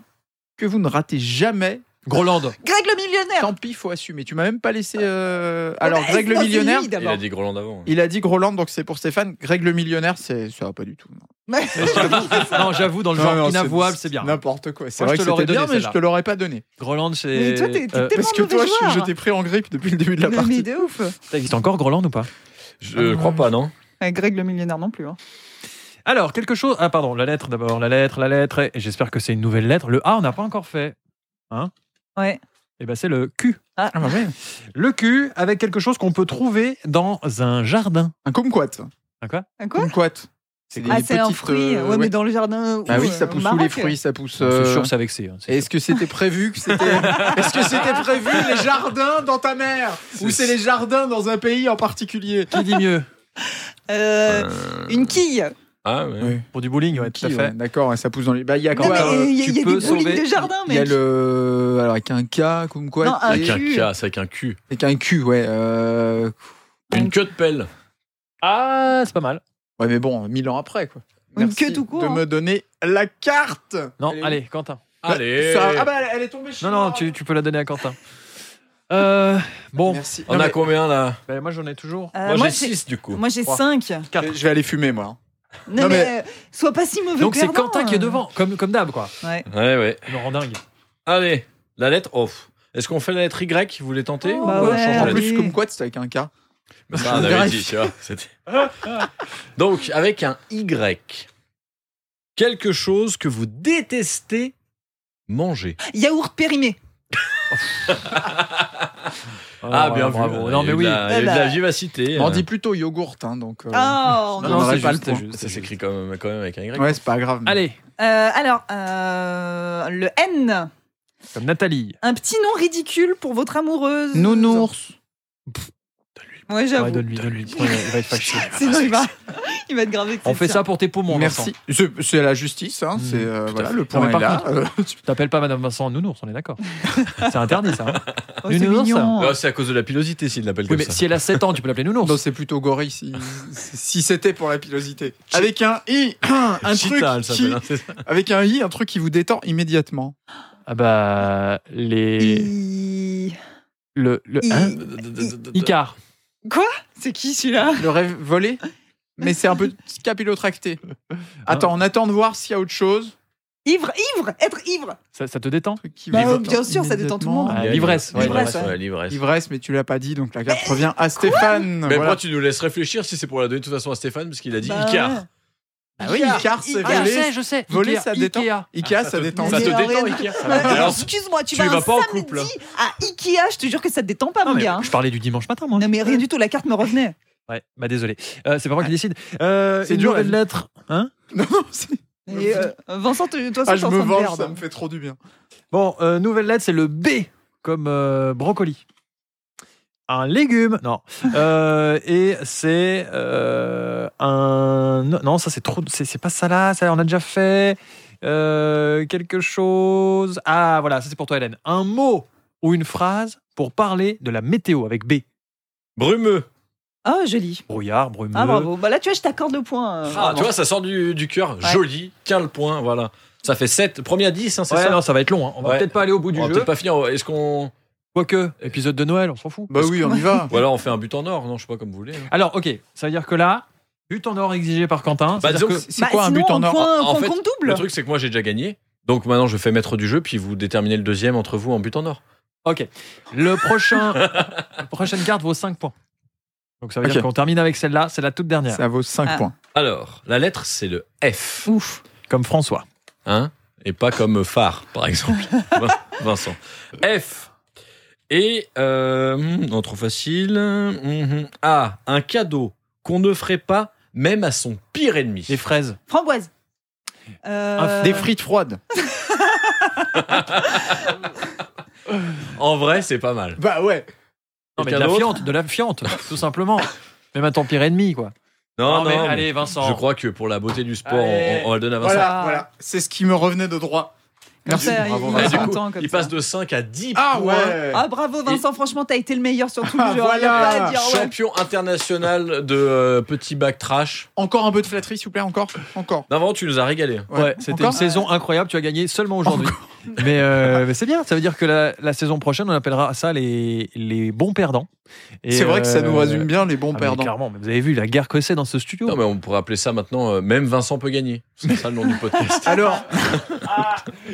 Speaker 6: que vous ne ratez jamais.
Speaker 2: Groland.
Speaker 4: Greg le millionnaire.
Speaker 6: Tant pis, faut assumer. Tu m'as même pas laissé. euh, Alors, Greg le
Speaker 4: c'est lui,
Speaker 6: millionnaire.
Speaker 1: Il
Speaker 4: d'abord.
Speaker 1: a dit Groland avant.
Speaker 6: Il a dit Groland, donc c'est pour Stéphane. Greg le millionnaire, c'est ça va pas du tout. non.
Speaker 2: non, j'avoue, dans le genre inavouable, c'est bien.
Speaker 6: N'importe quoi. C'est
Speaker 2: Moi, je
Speaker 6: vrai
Speaker 2: te
Speaker 6: que
Speaker 2: l'aurais
Speaker 6: c'était
Speaker 2: donné,
Speaker 6: bien, mais je
Speaker 2: celle-là.
Speaker 6: te l'aurais pas donné.
Speaker 2: Groland, c'est.
Speaker 4: Mais toi, t'es- t'es
Speaker 2: Euh,
Speaker 4: tellement-
Speaker 6: Parce que toi,
Speaker 4: mauvais
Speaker 6: je,
Speaker 4: joueur.
Speaker 6: je t'ai pris en grippe depuis le début de la
Speaker 4: Mais, mais
Speaker 6: partie.
Speaker 4: de ouf.
Speaker 2: Ça existe encore Groland ou pas
Speaker 1: Je crois pas, non
Speaker 4: Ouais, Greg le millionnaire non plus. hein.
Speaker 2: Alors, quelque chose. Ah, pardon, la lettre d'abord, la lettre, la lettre. Et j'espère que c'est une nouvelle lettre. Le A, on n'a pas encore fait. Hein
Speaker 4: Ouais.
Speaker 2: Et ben, c'est le Q.
Speaker 6: Ah bah ouais.
Speaker 2: Le Q avec quelque chose qu'on peut trouver dans un jardin.
Speaker 6: Un kumquat.
Speaker 2: Un quoi
Speaker 4: Un Ah, quoi
Speaker 6: Kumquat. C'est
Speaker 4: Ah,
Speaker 6: des
Speaker 4: c'est un
Speaker 6: petites,
Speaker 4: fruit.
Speaker 6: euh,
Speaker 4: ouais, mais
Speaker 6: ouais.
Speaker 4: dans le jardin.
Speaker 6: Ah
Speaker 4: ou,
Speaker 6: oui,
Speaker 4: euh,
Speaker 6: ça pousse
Speaker 4: au
Speaker 6: sous les
Speaker 4: Maroc.
Speaker 6: fruits, ça pousse.
Speaker 2: C'est
Speaker 6: euh,
Speaker 2: sûr, c'est avec C. hein, c'est
Speaker 6: Est-ce que c'était prévu que c'était Est-ce que c'était prévu les jardins dans ta mère ou c'est les jardins dans un pays en particulier
Speaker 2: sûr. Qui dit mieux
Speaker 4: Euh,
Speaker 1: Euh,
Speaker 4: Une quille.
Speaker 1: Ah ouais.
Speaker 2: Pour du bowling, ouais, tout à
Speaker 6: Qui, euh,
Speaker 2: fait.
Speaker 6: ouais, D'accord, ça pousse dans les. Bah il y a
Speaker 4: Non,
Speaker 6: quand
Speaker 4: mais
Speaker 2: euh,
Speaker 6: même.
Speaker 4: il y a,
Speaker 2: tu
Speaker 4: il y a
Speaker 2: peux
Speaker 4: des bowling
Speaker 2: sauver-
Speaker 4: de jardin,
Speaker 6: Il y
Speaker 4: mais.
Speaker 6: a le alors avec un K comme quoi
Speaker 4: Non, un
Speaker 1: Avec un
Speaker 4: cul.
Speaker 1: K, c'est avec un Q.
Speaker 6: avec un Q ouais euh,
Speaker 1: Une queue de pelle.
Speaker 2: Ah, c'est pas mal.
Speaker 6: ouais mais bon mille ans après quoi.
Speaker 4: Une
Speaker 6: Merci
Speaker 4: queue tout court,
Speaker 6: de
Speaker 4: hein.
Speaker 6: me donner la carte.
Speaker 2: Non,
Speaker 6: Elle est où
Speaker 2: allez, Quentin.
Speaker 6: Bah,
Speaker 1: Allez
Speaker 6: ça- ah bah elle est tombée chez
Speaker 2: Non, non,
Speaker 6: moi.
Speaker 2: tu, tu peux la donner à Quentin. Euh, bon,
Speaker 6: Merci.
Speaker 1: On
Speaker 6: Non,
Speaker 1: a
Speaker 6: mais-
Speaker 1: combien là
Speaker 2: bah, moi j'en ai toujours.
Speaker 4: Euh,
Speaker 1: Moi,
Speaker 4: moi,
Speaker 1: j'ai
Speaker 4: j'ai-
Speaker 1: 6 du coup.
Speaker 4: Moi, j'ai
Speaker 2: Trois.
Speaker 4: 5.
Speaker 2: Quatre.
Speaker 6: Je vais aller fumer moi. hein.
Speaker 4: Non,
Speaker 6: Non,
Speaker 4: mais,
Speaker 6: mais-
Speaker 4: euh, sois pas si mauvais
Speaker 2: Donc c'est
Speaker 4: perdant,
Speaker 2: Quentin qui est
Speaker 4: euh.
Speaker 2: devant, comme, comme d'hab, quoi.
Speaker 4: Ouais.
Speaker 1: Ouais, ouais.
Speaker 2: Il me rend dingue.
Speaker 1: Allez, la lettre off. Est-ce qu'on fait la lettre Y Vous voulez tenter
Speaker 4: Oh,
Speaker 1: ou
Speaker 4: bah
Speaker 1: on
Speaker 2: euh,
Speaker 4: ouais,
Speaker 1: change la
Speaker 6: En
Speaker 4: allez.
Speaker 1: lettre
Speaker 6: plus comme quoi c'était avec un K.
Speaker 1: Mais Ça, on avait dit, tu vois. c'était- Donc, avec un Y. Quelque chose que vous détestez manger.
Speaker 4: Yaourt périmé.
Speaker 1: Ah,
Speaker 2: ouais,
Speaker 1: bien vu.
Speaker 2: Oh, bravo.
Speaker 1: Il y a
Speaker 2: Non,
Speaker 1: eu
Speaker 2: mais
Speaker 1: de
Speaker 2: oui.
Speaker 1: la- Il y a eu de
Speaker 4: Eh
Speaker 1: la
Speaker 4: bah.
Speaker 1: vivacité.
Speaker 6: On dit plutôt yogourt hein, donc. euh,
Speaker 4: Oh,
Speaker 2: Non,
Speaker 6: on
Speaker 2: non,
Speaker 6: aurait
Speaker 2: c'est
Speaker 6: pas
Speaker 2: juste,
Speaker 6: le point.
Speaker 2: c'est juste.
Speaker 1: Ça s'écrit quand même, quand même avec un Y.
Speaker 6: Ouais c'est pas grave. mais-
Speaker 2: Allez,
Speaker 4: Euh, alors, euh, le N.
Speaker 2: comme Nathalie.
Speaker 4: Un petit nom ridicule pour votre amoureuse.
Speaker 6: Nounours.
Speaker 4: Ouais, j'avoue.
Speaker 2: Ouais, donne-lui, donne-lui. Prends, Il va être fâché.
Speaker 4: Sinon, il va, il va être gravé.
Speaker 2: On fait ça pour tes poumons,
Speaker 6: Merci.
Speaker 2: Vincent.
Speaker 6: C'est c'est à la justice, hein,
Speaker 2: Mmh,
Speaker 6: c'est euh,
Speaker 2: tout à
Speaker 6: voilà,
Speaker 2: fait.
Speaker 6: le
Speaker 2: Non,
Speaker 6: point
Speaker 2: mais
Speaker 6: est
Speaker 2: par
Speaker 6: là.
Speaker 2: contre-
Speaker 6: Euh,
Speaker 2: T'appelles pas Madame Vincent nounours, on est d'accord. c'est interdit, ça. hein.
Speaker 4: Oh, c'est
Speaker 2: Nounours.
Speaker 4: mignon.
Speaker 1: Ah, c'est à cause de la pilosité s'il l'appelle
Speaker 2: Oui,
Speaker 1: comme
Speaker 2: mais
Speaker 1: ça.
Speaker 2: si elle a 7 ans, tu peux l'appeler nounours.
Speaker 6: non, c'est plutôt gorille si, si c'était pour la pilosité. Avec un i, un truc
Speaker 1: Cheetah, elle
Speaker 6: qui,
Speaker 1: s'appelle, hein, c'est ça.
Speaker 6: avec un i, un truc qui vous détend immédiatement.
Speaker 2: Ah bah. Les.
Speaker 4: I-
Speaker 2: Le. le
Speaker 4: I-
Speaker 2: hein Icar.
Speaker 4: C'est qui celui-là
Speaker 6: Le rêve volé, mais c'est un peu capillotracté. Attends, on attend de voir s'il y a autre chose.
Speaker 4: Ivre, ivre, être ivre.
Speaker 2: Ça, ça te détend
Speaker 6: Un truc qui
Speaker 4: Bah,
Speaker 6: vous détend
Speaker 4: bien sûr, ça détend tout le monde.
Speaker 6: immédiatement.
Speaker 2: Ah, l'ivresse, ouais,
Speaker 1: L'ivresse,
Speaker 4: l'ivresse,
Speaker 1: ouais, l'ivresse.
Speaker 6: Ivresse, mais tu l'as pas dit, donc la carte revient à Stéphane.
Speaker 1: Mais
Speaker 6: Ah, Voilà.
Speaker 1: moi, tu nous laisses réfléchir si c'est pour la donner de toute façon à Stéphane, parce qu'il a dit
Speaker 4: Bah,
Speaker 1: Icar.
Speaker 4: ouais.
Speaker 6: Ah oui,
Speaker 4: Icar.
Speaker 6: Icar, c'est
Speaker 4: Icar.
Speaker 6: volé.
Speaker 2: je sais.
Speaker 6: Voler,
Speaker 2: Ikea,
Speaker 6: ça détend.
Speaker 2: Ikea.
Speaker 6: Ikea, Ah, ça détend.
Speaker 1: Ça te
Speaker 4: Mais
Speaker 1: détend,
Speaker 4: arrête.
Speaker 1: Icar.
Speaker 4: Ouais,
Speaker 1: Alors,
Speaker 4: Excuse-moi, tu,
Speaker 1: tu y
Speaker 4: vas,
Speaker 1: vas
Speaker 4: un
Speaker 1: pas en
Speaker 4: samedi
Speaker 1: couple, hein.
Speaker 4: à Ikea, je te jure que ça te détend pas,
Speaker 6: Ah,
Speaker 2: Non,
Speaker 4: mon
Speaker 2: mais
Speaker 4: gars. hein.
Speaker 2: je parlais du dimanche matin, moi.
Speaker 4: Non mais rien du tout, la carte me revenait.
Speaker 2: Ouais, bah désolé. Euh, c'est pas moi qui décide. Euh,
Speaker 6: C'est
Speaker 2: une
Speaker 6: dur, la
Speaker 2: nouvelle
Speaker 6: vie.
Speaker 2: lettre. Hein
Speaker 6: Non, non, c'est-
Speaker 4: Et, euh, Vincent, te- toi,
Speaker 6: Ah,
Speaker 4: c'est
Speaker 6: je
Speaker 4: en
Speaker 6: me
Speaker 4: train de
Speaker 6: venge,
Speaker 4: perdre.
Speaker 6: ça me fait trop du bien.
Speaker 2: bon, euh, nouvelle lettre, c'est le B, comme euh, brocoli. Un légume, non. Euh, et c'est euh, un. Non, ça c'est trop. C'est c'est pas ça là, ça on a déjà fait. Euh, quelque chose. Ah voilà, ça c'est pour toi, Hélène. Un mot ou une phrase pour parler de la météo avec B.
Speaker 1: Brumeux.
Speaker 4: Oh, joli.
Speaker 2: Brouillard, brumeux.
Speaker 6: Euh.
Speaker 4: Ah, bravo. Bah là, tu vois, je t'accorde le point. euh,
Speaker 1: Ah,
Speaker 4: vraiment.
Speaker 1: tu vois, ça sort du, du cœur.
Speaker 4: Ouais.
Speaker 1: Joli. Tiens le point, voilà. Ça fait 7. Premier à 10, hein, c'est
Speaker 2: Ouais,
Speaker 1: ça
Speaker 2: non, ça va être long. hein. On va
Speaker 1: Ouais.
Speaker 2: peut-être pas aller au bout du
Speaker 1: On va
Speaker 2: jeu.
Speaker 1: peut-être pas finir. Est-ce qu'on.
Speaker 2: Quoique, épisode de Noël, on s'en fout.
Speaker 6: Bah oui, on y va.
Speaker 1: Ou alors on fait un but en or, non, je sais pas comme vous voulez. hein.
Speaker 2: Alors, ok, ça veut dire que là, but en or exigé par
Speaker 1: Bah,
Speaker 2: Quentin. c'est-à-dire
Speaker 1: disons
Speaker 2: que-
Speaker 6: C'est
Speaker 4: Bah,
Speaker 6: quoi un
Speaker 4: sinon,
Speaker 6: but en
Speaker 4: un
Speaker 6: or
Speaker 4: point,
Speaker 1: En
Speaker 4: point
Speaker 1: fait,
Speaker 4: compte double.
Speaker 1: Le truc, c'est que moi j'ai déjà gagné. Donc maintenant, je fais maître du jeu, puis vous déterminez le deuxième entre vous en but en or.
Speaker 2: Ok, le prochain, la prochaine carte vaut 5 points. Donc ça veut dire
Speaker 6: Ok.
Speaker 2: qu'on termine avec celle-là, c'est la toute dernière.
Speaker 6: Ça vaut 5
Speaker 4: Ah.
Speaker 6: points.
Speaker 1: Alors, la lettre, c'est le F.
Speaker 2: Ouf. Comme François.
Speaker 1: Hein Et pas comme phare, par exemple. Vin- Vincent. F. Et, euh, hmm, non, trop facile. Mhm. Ah, un cadeau qu'on ne ferait pas même à son pire ennemi.
Speaker 2: Des fraises.
Speaker 4: Framboise. Euh,
Speaker 6: Des frites froides.
Speaker 1: En vrai, c'est pas mal.
Speaker 6: Bah ouais.
Speaker 2: Non, mais de
Speaker 1: Quelqu'un
Speaker 2: la
Speaker 1: d'autre
Speaker 2: fiente, de la fiente, tout simplement. Même à ton pire ennemi, quoi.
Speaker 1: Oh Non, non,
Speaker 2: mais
Speaker 1: mais
Speaker 2: allez, Vincent.
Speaker 1: je crois que pour la beauté du sport,
Speaker 2: Allez.
Speaker 1: on, on va le donner à Vincent.
Speaker 6: Voilà, voilà. C'est ce qui me revenait de droit.
Speaker 4: comme
Speaker 6: Merci.
Speaker 4: ça,
Speaker 6: Bravo,
Speaker 4: il-
Speaker 1: Et
Speaker 4: il
Speaker 6: Vincent.
Speaker 1: du
Speaker 4: s'entend
Speaker 1: coup,
Speaker 4: comme
Speaker 1: il
Speaker 4: ça.
Speaker 1: passe de 5 à 10
Speaker 6: Ah
Speaker 1: points.
Speaker 6: ouais.
Speaker 4: Ah bravo Vincent, franchement t'as été le meilleur sur tout le
Speaker 6: Ah,
Speaker 4: jeu. hein, y a
Speaker 6: voilà.
Speaker 4: pas à dire, ouais.
Speaker 1: Champion international de euh, petit bac trash.
Speaker 6: Encore un peu de flatterie, s'il vous plaît, encore. Encore.
Speaker 1: Non, vraiment, tu nous as régalé.
Speaker 2: Ouais, c'était une
Speaker 6: Encore
Speaker 2: saison incroyable. Tu as gagné seulement aujourd'hui. Mais, euh, mais c'est bien. Ça veut dire que la, la saison prochaine, on appellera ça les, les bons perdants. Et,
Speaker 6: C'est vrai que ça nous
Speaker 2: euh,
Speaker 6: résume bien les bons
Speaker 2: ah, mais
Speaker 6: perdants.
Speaker 2: Clairement, mais vous avez vu la guerre que c'est dans ce studio.
Speaker 1: Non, mais on pourrait appeler ça maintenant euh, Même Vincent peut gagner. C'est ça le nom du podcast.
Speaker 6: Alors,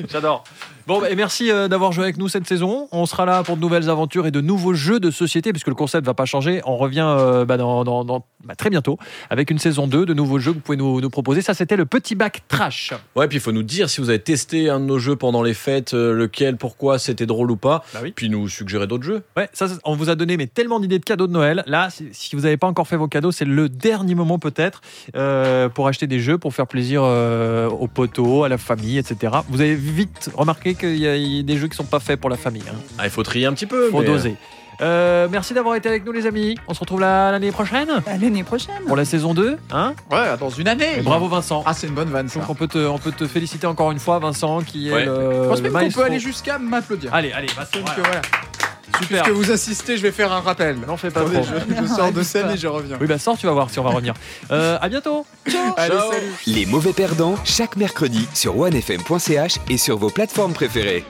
Speaker 2: J'adore. Bon, bah, et merci euh, d'avoir joué avec nous cette saison. On sera là pour de nouvelles aventures et de nouveaux jeux de société, puisque le concept va pas changer. On revient euh, bah, dans, dans- dans- bah, très bientôt avec une saison 2 de nouveaux jeux que vous pouvez nous, nous proposer. Ça, c'était le petit bac trash.
Speaker 1: Ouais, puis il faut nous dire si vous avez testé un de nos jeux pendant les fêtes, euh, lequel, pourquoi, c'était drôle ou pas.
Speaker 2: Bah oui.
Speaker 1: Puis nous suggérer d'autres jeux.
Speaker 2: Ouais, ça, ça, on vous a donné mais tellement d'idées de cadeaux de Noël. Là, si, si vous n'avez pas encore fait vos cadeaux, c'est le dernier moment peut-être euh, pour acheter des jeux, pour faire plaisir euh, aux potos, à la famille, etc. Vous avez vite remarqué qu'il y a, il y a des jeux qui sont pas faits pour la famille. Hein.
Speaker 1: Ah, il faut trier un petit peu.
Speaker 2: Faut
Speaker 1: mais,
Speaker 2: doser. Euh, merci d'avoir été avec nous les amis. On se retrouve la- l'année prochaine
Speaker 4: À Bah, l'année prochaine.
Speaker 2: pour la saison 2. Hein
Speaker 6: ouais, dans une année.
Speaker 2: Et bravo Vincent.
Speaker 6: Ah, c'est une bonne vanne, ça.
Speaker 2: Donc on peut, te, on peut te féliciter encore une fois Vincent qui est
Speaker 1: Ouais.
Speaker 2: le,
Speaker 6: Je pense
Speaker 2: euh, le
Speaker 6: même qu'on
Speaker 2: maestro.
Speaker 6: peut aller jusqu'à m'applaudir.
Speaker 2: Allez, allez, Vincent,
Speaker 6: Donc,
Speaker 2: voilà.
Speaker 6: euh, voilà.
Speaker 2: super.
Speaker 6: Puisque vous assistez, je vais faire un rappel.
Speaker 2: N'en fais pas
Speaker 6: Attendez,
Speaker 2: trop.
Speaker 6: je, je sors de scène et je reviens.
Speaker 2: Oui bah sors, tu vas voir si on va revenir. Euh, à bientôt.
Speaker 6: Allez,
Speaker 1: Ciao.
Speaker 6: salut.
Speaker 5: Les mauvais perdants, chaque mercredi sur onefm.ch et sur vos plateformes préférées.